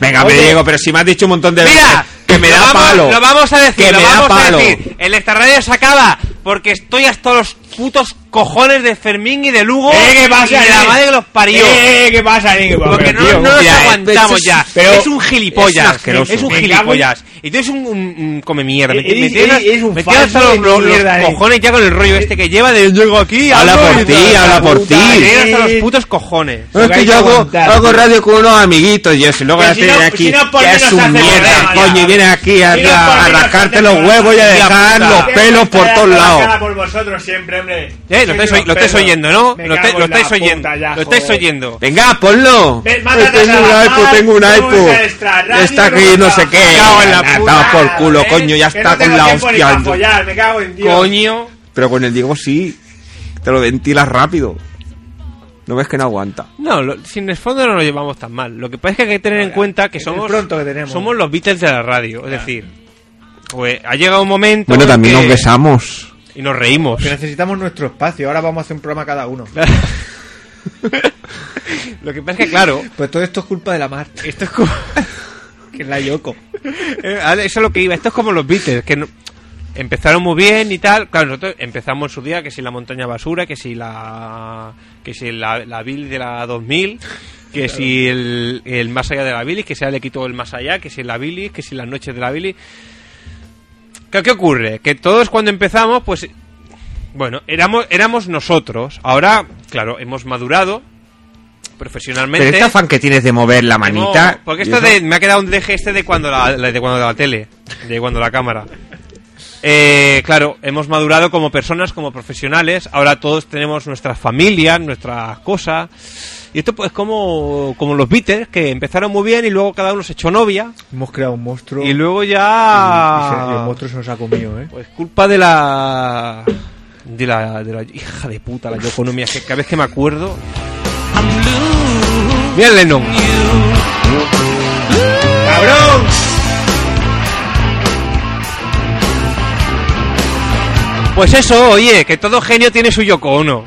Speaker 2: Venga, me
Speaker 1: Oye.
Speaker 2: digo, pero si me has dicho un montón de
Speaker 1: Mira,
Speaker 2: veces que me
Speaker 1: lo
Speaker 2: da
Speaker 1: vamos,
Speaker 2: palo.
Speaker 1: Lo vamos a decir,
Speaker 2: que
Speaker 1: lo
Speaker 2: me
Speaker 1: vamos
Speaker 2: da palo.
Speaker 1: a decir. El extrarradio se acaba porque estoy hasta los putos cojones de Fermín y de Lugo
Speaker 8: Eh, ¿qué pasa,
Speaker 1: y de la
Speaker 8: eh?
Speaker 1: madre que los parió.
Speaker 8: Eh, ¿qué pasa, Nico?
Speaker 1: Porque
Speaker 8: Pero,
Speaker 1: no,
Speaker 8: tío,
Speaker 1: no nos
Speaker 8: mira, eh,
Speaker 1: aguantamos
Speaker 8: esto
Speaker 1: ya.
Speaker 8: es- pero-
Speaker 1: es un
Speaker 8: es
Speaker 1: gilipollas. Es, un
Speaker 8: asqueroso. Me cago en-
Speaker 1: gilipollas. Y tú eres un, un- un come
Speaker 2: Eh,
Speaker 1: mierda. Me,
Speaker 8: Eres-
Speaker 1: me tienes-
Speaker 8: eres un
Speaker 1: me tienes hasta
Speaker 8: falso
Speaker 1: los,
Speaker 8: de
Speaker 1: los- los
Speaker 8: mierda, eh.
Speaker 1: cojones ya con el rollo este que lleva de llego aquí.
Speaker 2: Habla
Speaker 1: hablo
Speaker 2: por
Speaker 1: y
Speaker 2: ti,
Speaker 1: tal".
Speaker 2: habla por
Speaker 1: Puta,
Speaker 2: ti.
Speaker 1: me tienes hasta los putos cojones.
Speaker 2: No, es que yo hago, hago radio con unos amiguitos y eso, y luego
Speaker 1: Pero
Speaker 2: ya
Speaker 1: si
Speaker 2: te
Speaker 1: no-
Speaker 2: viene aquí.
Speaker 1: si no, por
Speaker 2: que
Speaker 1: mí
Speaker 2: es
Speaker 1: no se
Speaker 2: un
Speaker 1: hace
Speaker 2: mierda,
Speaker 1: programa,
Speaker 2: coño,
Speaker 1: ya.
Speaker 2: y vienes aquí a,
Speaker 1: Si no,
Speaker 2: a-
Speaker 1: por mí
Speaker 2: a
Speaker 1: no se
Speaker 2: rascarte
Speaker 1: hace
Speaker 2: los
Speaker 1: programa,
Speaker 2: huevos y a
Speaker 1: ya,
Speaker 2: dejar
Speaker 1: puta.
Speaker 2: los pelos por todos lados.
Speaker 8: por vosotros siempre, hombre.
Speaker 1: Eh, lo estáis, oy- lo estáis oyendo, ¿no?
Speaker 8: Me
Speaker 1: Lo, estáis-
Speaker 8: cago
Speaker 1: lo
Speaker 8: en pues, la
Speaker 1: estáis oyendo.
Speaker 8: puta ya,
Speaker 1: lo estáis
Speaker 8: joder.
Speaker 1: oyendo.
Speaker 2: Venga, ponlo.
Speaker 8: Ve-
Speaker 2: Ay,
Speaker 8: mátate
Speaker 2: tengo
Speaker 8: a
Speaker 2: un
Speaker 8: trabajar,
Speaker 2: iPod, tengo un
Speaker 8: tú
Speaker 2: iPod.
Speaker 8: eres extra, radio,
Speaker 2: Está aquí,
Speaker 8: no
Speaker 2: no sé qué.
Speaker 8: trabajas.
Speaker 2: Cago en la
Speaker 8: Ah,
Speaker 2: puta,
Speaker 8: está
Speaker 2: por culo,
Speaker 8: ¿eh?
Speaker 2: coño, ya
Speaker 8: Que
Speaker 2: está
Speaker 8: no tengo
Speaker 2: con la
Speaker 8: tiempo ni pa'
Speaker 2: hostia.
Speaker 8: follar, me cago en Dios.
Speaker 1: Coño.
Speaker 2: Pero con el Diego sí. Te lo ventilas rápido. No ves que no aguanta.
Speaker 1: No, lo- sin el fondo no lo llevamos tan mal. Lo que pasa es que hay que tener en cuenta que somos,
Speaker 8: pronto que tenemos.
Speaker 1: somos los Beatles de la radio. Es decir, pues ha llegado un momento.
Speaker 2: Bueno,
Speaker 1: en
Speaker 2: también
Speaker 1: que-
Speaker 2: nos besamos.
Speaker 1: Y nos reímos.
Speaker 8: Que necesitamos nuestro espacio. Ahora vamos a hacer un programa cada uno.
Speaker 1: Lo que pasa es que, claro,
Speaker 8: Pues todo esto es culpa de la mar.
Speaker 1: esto es como.
Speaker 8: Que es la Yoko.
Speaker 1: Eh, a ver, Eso es lo que iba. Esto es como los Beatles, que no- empezaron muy bien y tal. Claro, nosotros empezamos en su día que si la montaña basura, que si la que si la, la Billy de la 2000, que si el, el más allá de la Billy, que sea le quitó el más allá, que si la Billy, que si las noches de la Billy. ¿Qué, qué ocurre? Que todos cuando empezamos, pues bueno, éramos éramos nosotros. Ahora, claro, hemos madurado
Speaker 2: Pero
Speaker 1: profesionalmente.
Speaker 2: este afán que tienes de mover la manita.
Speaker 1: No, porque
Speaker 2: y
Speaker 1: esto
Speaker 2: eso-
Speaker 1: de, me ha quedado un deje este de cuando la, la- de cuando la tele, de cuando la cámara. Eh, claro, hemos madurado como personas, como profesionales. Ahora todos tenemos nuestras familias, nuestras cosas. Y esto pues como, como los Beatles, que empezaron muy bien y luego cada uno se echó novia.
Speaker 8: Hemos creado un monstruo.
Speaker 1: Y luego
Speaker 8: y se- y el
Speaker 1: ya...
Speaker 8: monstruo se nos ha comido, ¿eh?
Speaker 1: Pues culpa de la... De la, de la hija de puta, la Yoko Ono, mira, que cada vez que me acuerdo... Mira el Lennon.
Speaker 8: ¡Cabrón!
Speaker 1: Pues eso, oye, que todo genio tiene su Yoko Ono.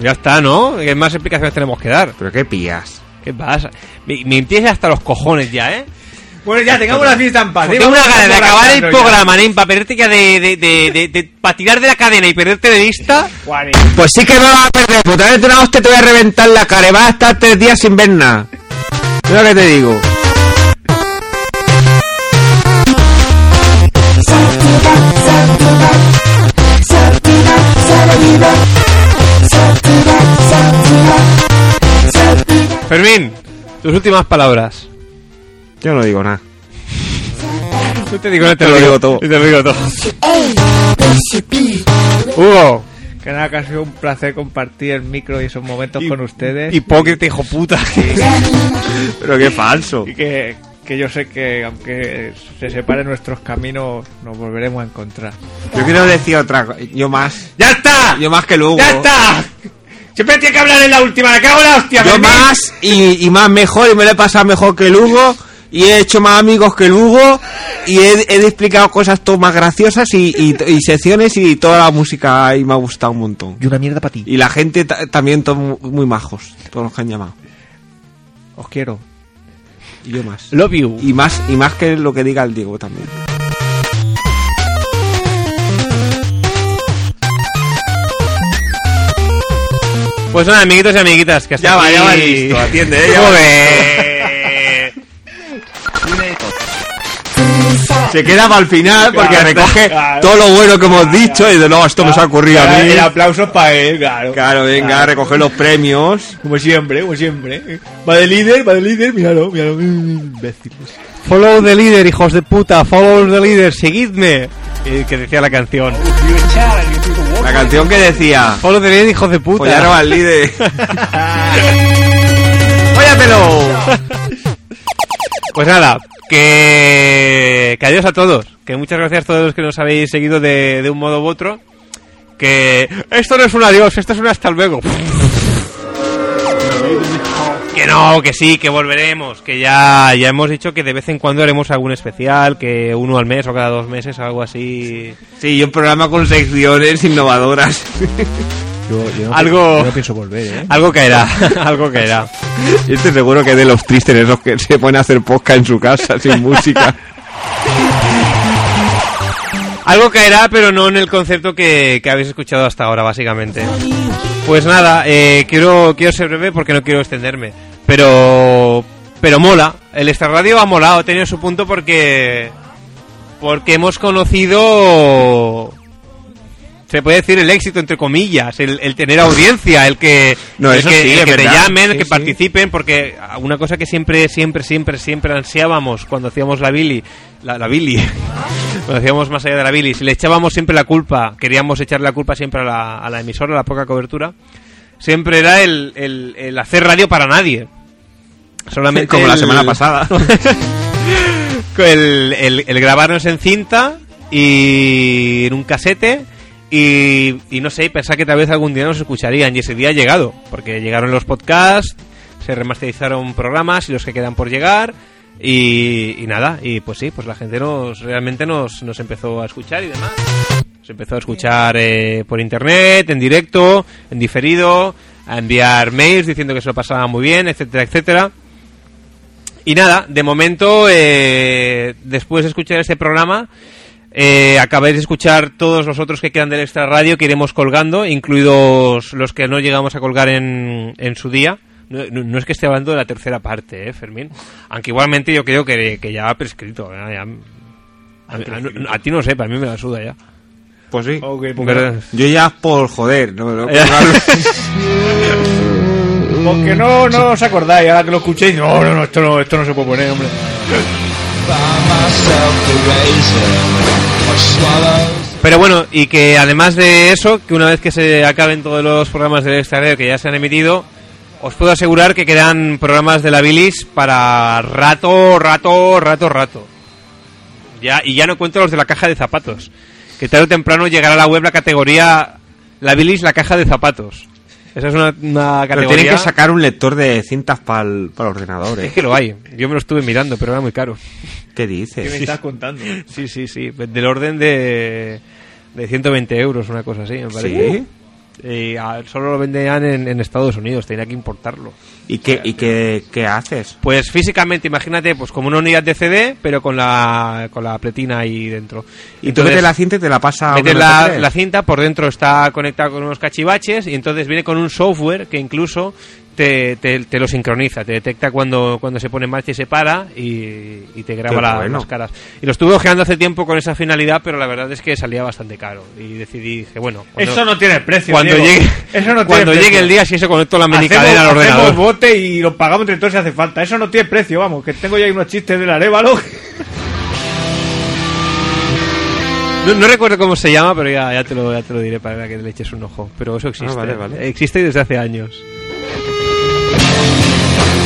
Speaker 1: Ya está, ¿no? ¿Qué más explicaciones tenemos que dar?
Speaker 2: Pero qué pillas.
Speaker 1: ¿Qué pasa? Me, me empieza hasta los cojones ya, ¿eh?
Speaker 8: Bueno, ya, tengamos la fiesta en paz.
Speaker 1: Tengo una gana de acabar el programa, ¿eh? Para perderte ya de... de, de, de, para tirar de la cadena y perderte de vista...
Speaker 2: Pues sí que me vas a perder, porque te una hostia te voy a reventar la cara y vas a estar tres días sin ver nada. Es lo que te digo.
Speaker 1: Fermín, tus últimas palabras.
Speaker 2: Yo no digo nada.
Speaker 1: Yo te digo, no
Speaker 2: Te lo digo todo.
Speaker 1: Te lo digo todo. Hugo,
Speaker 8: Que nada, que ha sido un placer compartir el micro y esos momentos con ustedes.
Speaker 2: Oh,
Speaker 1: hipócrita, hijo puta.
Speaker 2: Pero qué falso.
Speaker 8: Y que, que yo sé que aunque se separen nuestros caminos, nos volveremos a encontrar.
Speaker 2: Yo quiero decir otra cosa. Yo más.
Speaker 1: ¡Ya está!
Speaker 2: Yo más que Lugo.
Speaker 1: ¡Ya está! Siempre tiene que hablar en la última, me cago en la hostia,
Speaker 2: Yo
Speaker 1: Fermín.
Speaker 2: más y, y más mejor. Y me lo he pasado mejor que Lugo. Y he hecho más amigos que Lugo. Y he, he explicado cosas todo más graciosas y, y- y secciones y toda la música. Y me ha gustado un montón.
Speaker 8: Y una mierda para ti.
Speaker 2: Y la gente ta- también todos mu- muy majos. Todos los que han llamado.
Speaker 8: Os quiero.
Speaker 2: Y yo más.
Speaker 1: Love you.
Speaker 2: Y más, y más que lo que diga el Diego también.
Speaker 1: Pues nada, amiguitos y amiguitas, que hasta
Speaker 2: Ya va,
Speaker 1: aquí-
Speaker 2: ya va listo, atiende, eh, ya va
Speaker 1: Joder.
Speaker 2: Se queda para el final porque
Speaker 8: Claro,
Speaker 2: recoge
Speaker 8: claro.
Speaker 2: todo lo bueno que hemos dicho y de no, esto me se ha ocurrido a mí.
Speaker 8: El aplauso para él, claro.
Speaker 2: Claro, venga,
Speaker 8: Claro.
Speaker 2: recoge los premios.
Speaker 8: Como siempre, como siempre. Va de líder, va de líder, míralo, míralo. mm, Imbéciles.
Speaker 1: Follow the leader, hijos de puta, follow the leader, seguidme. Eh, que decía la canción.
Speaker 2: La canción que decía,
Speaker 1: Follow the leader, hijos de puta.
Speaker 2: follaros al líder. ¡Fóllatelo!
Speaker 1: Pues nada, que, que adiós a todos. Que muchas gracias a todos los que nos habéis seguido de, de un modo u otro. Que esto no es un adiós, esto es un hasta luego. Que no, que sí, que volveremos. Que ya, ya hemos dicho que de vez en cuando haremos algún especial, que uno al mes o cada dos meses, algo así.
Speaker 2: Sí, yo un programa con secciones innovadoras.
Speaker 8: Yo, yo no,
Speaker 1: Algo-
Speaker 8: yo no pienso volver, ¿eh?
Speaker 1: Algo caerá, algo caerá.
Speaker 2: Yo estoy seguro que es de los tristes esos que se ponen a hacer podcast en su casa sin música.
Speaker 1: Algo caerá, pero no en el concepto que, que habéis escuchado hasta ahora, básicamente. Pues nada, eh, quiero, quiero ser breve porque no quiero extenderme. Pero, pero mola. El Extra Radio ha molado, ha tenido su punto porque, porque hemos conocido, se puede decir el éxito entre comillas, el, el tener audiencia, el que,
Speaker 2: No,
Speaker 1: el
Speaker 2: eso
Speaker 1: que,
Speaker 2: sí,
Speaker 1: el
Speaker 2: es
Speaker 1: que te
Speaker 2: verdad.
Speaker 1: llamen, el
Speaker 2: Sí,
Speaker 1: que
Speaker 2: sí.
Speaker 1: participen, porque una cosa que siempre, siempre, siempre, siempre ansiábamos cuando hacíamos la Billy, la, la Billy, cuando hacíamos más allá de la Billy, si le echábamos siempre la culpa, queríamos echar la culpa siempre a la, a la emisora, a la poca cobertura, siempre era el, el- el hacer radio para nadie. Solamente
Speaker 2: Como la
Speaker 1: el-
Speaker 2: semana pasada.
Speaker 1: el, el- el grabarnos en cinta y en un casete y, y no sé, pensar que tal vez algún día nos escucharían y ese día ha llegado, porque llegaron los podcasts, se remasterizaron programas y los que quedan por llegar y, y nada, y pues sí, pues la gente nos realmente nos, nos empezó a escuchar y demás. Se empezó a escuchar eh, por internet, en directo, en diferido, a enviar mails diciendo que se lo pasaba muy bien, etcétera, etcétera. Y nada, de momento, eh, después de escuchar este programa, eh, acabáis de escuchar todos los otros que quedan del extra radio que iremos colgando, incluidos los que no llegamos a colgar en, en su día. No, no- no es que esté hablando de la tercera parte, eh, Fermín. Aunque igualmente yo creo que, que ya ha prescrito. ¿eh? Ya- a, a- a ti no sé, para mí me la suda ya.
Speaker 2: Pues sí.
Speaker 8: Ok, porque-
Speaker 1: Pero-
Speaker 2: Yo ya por joder, no, no,
Speaker 1: Ya.
Speaker 2: por hablar-
Speaker 8: Porque no, no os acordáis, ahora que lo escuchéis, no, no, no, esto no, esto no se puede poner, hombre.
Speaker 1: Pero bueno, y que además de eso, que una vez que se acaben todos los programas del Extra Radio que ya se han emitido, os puedo asegurar que quedan programas de la bilis para rato, rato, rato, rato. Ya, y ya no cuento los de la caja de zapatos. Que tarde o temprano llegará a la web la categoría La bilis, la caja de zapatos. Esa es una, una
Speaker 2: Pero
Speaker 1: categoría.
Speaker 2: tienen que sacar un lector de cintas para el ordenador,
Speaker 1: Es
Speaker 2: ¿eh?
Speaker 1: que lo hay. Yo me lo estuve mirando, pero era muy caro.
Speaker 2: ¿Qué
Speaker 8: ¿Qué me
Speaker 2: dices?
Speaker 8: estás contando?
Speaker 1: Sí, sí, sí. Del orden de, de 120 euros, una cosa así, me parece.
Speaker 2: ¿Sí?
Speaker 1: Y ah, solo lo vendían en, en Estados Unidos, tenía que importarlo.
Speaker 2: ¿Y qué, y qué, qué haces?
Speaker 1: Pues físicamente, imagínate, pues como una unidad de CD, pero con la, con la pletina ahí dentro.
Speaker 2: Y tú metes la cinta y Ah, te la pasa a un
Speaker 1: metes la,
Speaker 2: MP3.
Speaker 1: la cinta, por dentro está conectada con unos cachivaches y entonces viene con un software que incluso te, te, te lo sincroniza, te detecta cuando, cuando se pone en marcha y se para y, y te graba
Speaker 2: Qué
Speaker 1: la-
Speaker 2: bueno.
Speaker 1: las caras. Y lo estuve ojeando hace tiempo con esa finalidad, pero la verdad es que salía bastante caro y decidí, dije, bueno, cuando,
Speaker 8: Eso no tiene precio.
Speaker 1: cuando
Speaker 8: Diego.
Speaker 1: llegue,
Speaker 8: Eso no tiene
Speaker 1: cuando
Speaker 8: precio.
Speaker 1: llegue el día, si eso conecto la minicadena al
Speaker 8: Hacemos-
Speaker 1: ordenador.
Speaker 8: Hacemos bote y lo pagamos entre todos si hace falta. Eso no tiene precio, vamos, que tengo ya ahí unos chistes del arévalo.
Speaker 1: No, no recuerdo cómo se llama, pero ya, ya, te lo, ya te lo diré para que le eches un ojo. Pero eso existe.
Speaker 2: Ah, vale, vale.
Speaker 1: Existe desde hace años.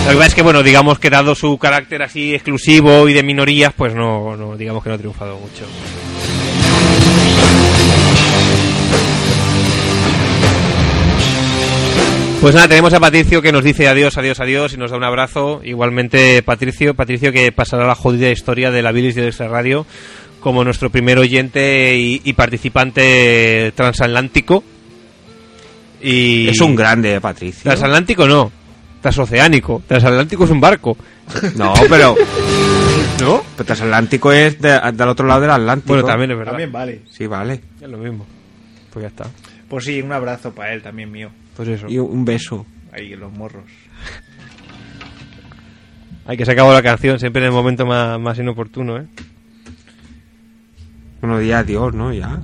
Speaker 1: Lo que pasa es que, bueno, digamos que dado su carácter así exclusivo y de minorías, pues no, no digamos que no ha triunfado mucho. Pues nada, tenemos a Patricio que nos dice adiós, adiós, adiós y nos da un abrazo. Igualmente Patricio, Patricio que pasará la jodida historia de la Bilis de esta radio como nuestro primer oyente y, y participante transatlántico. Y
Speaker 2: Es un grande, eh, Patricio.
Speaker 1: Transatlántico no, transoceánico. Transatlántico es un barco.
Speaker 2: No, pero... ¿No? Pero transatlántico es de- del otro lado del Atlántico.
Speaker 1: Bueno, también es verdad.
Speaker 8: También vale.
Speaker 2: Sí, vale.
Speaker 1: Es lo mismo. Pues ya está.
Speaker 8: Pues sí, un abrazo para él también mío.
Speaker 2: Pues
Speaker 1: Pues eso.
Speaker 2: Y un beso.
Speaker 11: Ahí, en los morros.
Speaker 1: Hay que se acabó la canción, siempre en el momento más, más inoportuno, ¿eh?
Speaker 2: Bueno, ya, Dios, ¿no? Ya.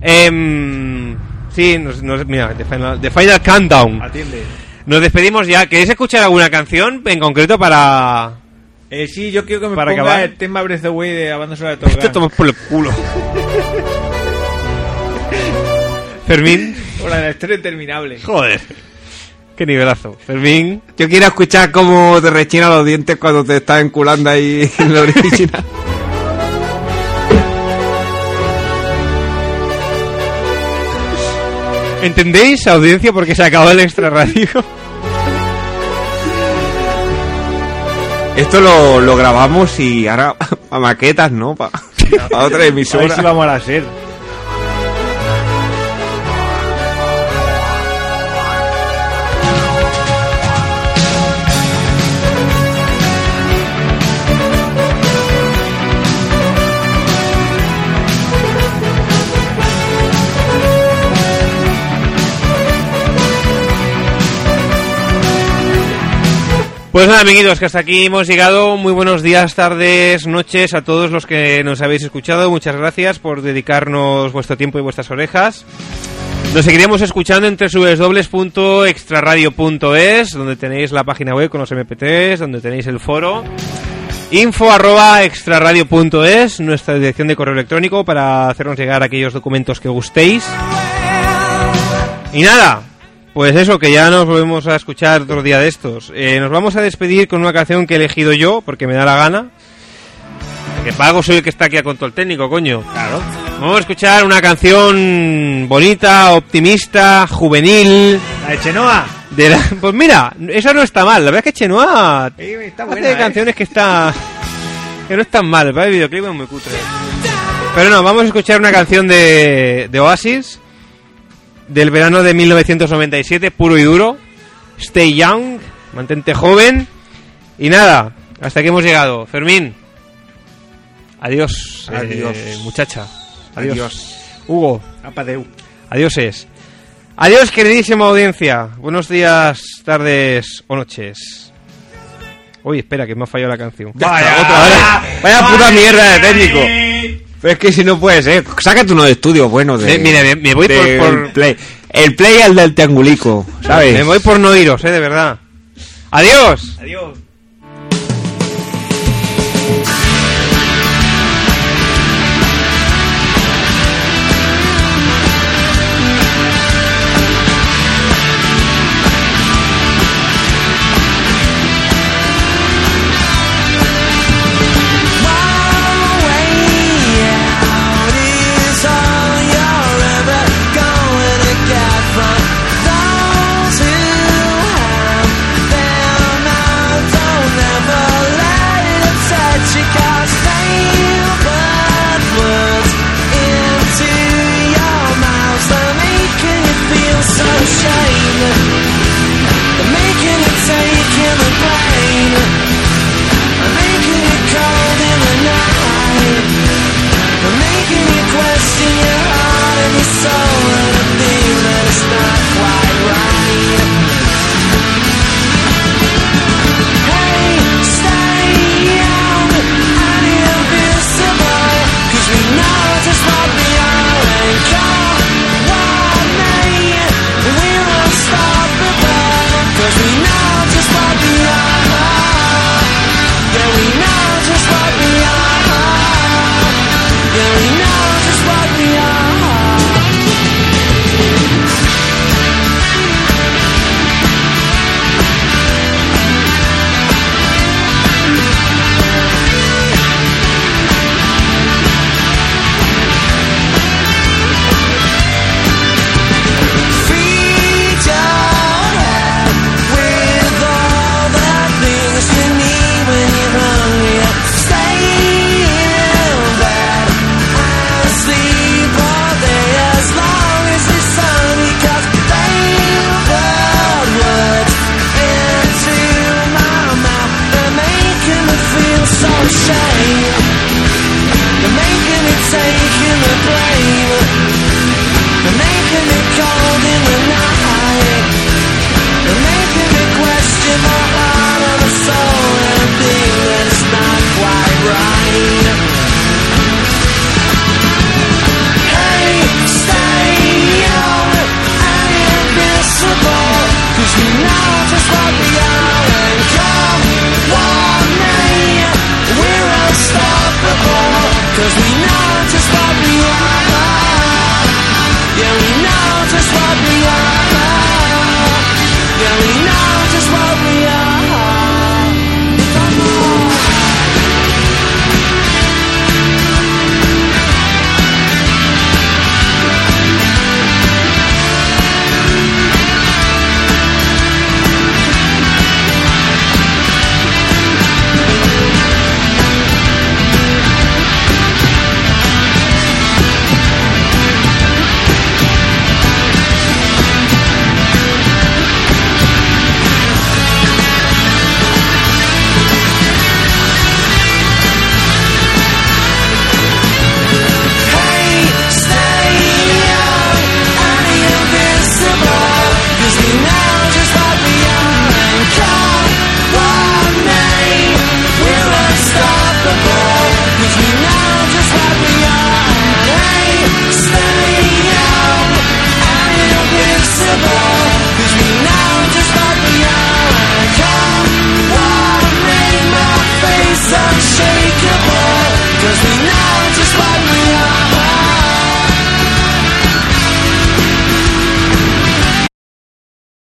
Speaker 1: Em, sí, nos, nos- mira, The Final, The Final Countdown.
Speaker 11: Atiende.
Speaker 1: Nos despedimos ya. ¿Queréis escuchar alguna canción en concreto para...
Speaker 11: Eh, sí, yo quiero que me
Speaker 1: Para
Speaker 11: ponga
Speaker 1: acabar.
Speaker 11: el tema Breath of the Way de la banda sonora de Top
Speaker 1: Te
Speaker 11: Gun.
Speaker 1: tomas por el culo. Fermín.
Speaker 11: O la de la historia interminable.
Speaker 1: Joder. Qué nivelazo. Fermín.
Speaker 2: Yo quiero escuchar cómo te rechina los dientes cuando te estás enculando ahí en la original.
Speaker 1: ¿Entendéis, audiencia, porque se acabó el extra radio?
Speaker 2: Esto lo, lo grabamos y ahora a maquetas, ¿no? Para otra
Speaker 11: A ver
Speaker 2: emisora.
Speaker 11: si vamos a la ser.
Speaker 1: Pues nada, amiguitos, que hasta aquí hemos llegado. Muy buenos días, tardes, noches a todos los que nos habéis escuchado. Muchas gracias por dedicarnos vuestro tiempo y vuestras orejas. Nos seguiremos escuchando en www.extraradio.es, donde tenéis la página web con los MPTs, donde tenéis el foro. Info arroba extraradio.es, nuestra dirección de correo electrónico para hacernos llegar aquellos documentos que gustéis. Y nada, pues eso, que ya nos volvemos a escuchar otro día de estos. Eh, nos vamos a despedir con una canción que he elegido yo, porque me da la gana. Que pago soy el que está aquí a control técnico, coño. Claro. Vamos a escuchar una canción bonita, optimista, juvenil.
Speaker 11: La de Eh, Chenoa.
Speaker 1: De la- Pues mira, esa no está mal. La verdad es que Chenoa
Speaker 11: Eh, está
Speaker 1: hace
Speaker 11: buena, eh.
Speaker 1: canciones que está que no están mal. El videoclip es muy cutre. Pero no, vamos a escuchar una canción de, de Oasis del verano de 1997, puro y duro. Stay young, mantente joven. Y nada, hasta aquí hemos llegado. Fermín, adiós, eh,
Speaker 2: Adiós.
Speaker 1: muchacha. Adiós.
Speaker 2: Adiós.
Speaker 1: Hugo,
Speaker 11: Apadeu.
Speaker 1: adiós es. Adiós, queridísima audiencia. Buenos días, tardes o noches. Oye, espera, que me ha fallado la canción.
Speaker 2: Vaya, otra vez. Vaya puta mierda de técnico. Pero es que si no puedes, eh. Sácate uno de estudio bueno. De,
Speaker 1: Sí, mira, me- me voy
Speaker 2: de
Speaker 1: por- por-
Speaker 2: Play. El play al del triangulico, ¿sabes?
Speaker 1: Me voy por no iros, eh, de verdad. Adiós.
Speaker 11: Adiós.
Speaker 13: Making it take in the pain Making it cold in the night Making you question your heart and your soul and a thing that is not quite right. Hey, stay young and invisible, 'cause we know just what we are and call what name. We're unstoppable, 'cause we know just what we are. Yeah, we know just what we are. Yeah, we know just what we are. Feed your head with all the things you need when you're hungry. Stay in bed and sleep all day as long as the sun because they put words into my mouth. They're making me feel so shame.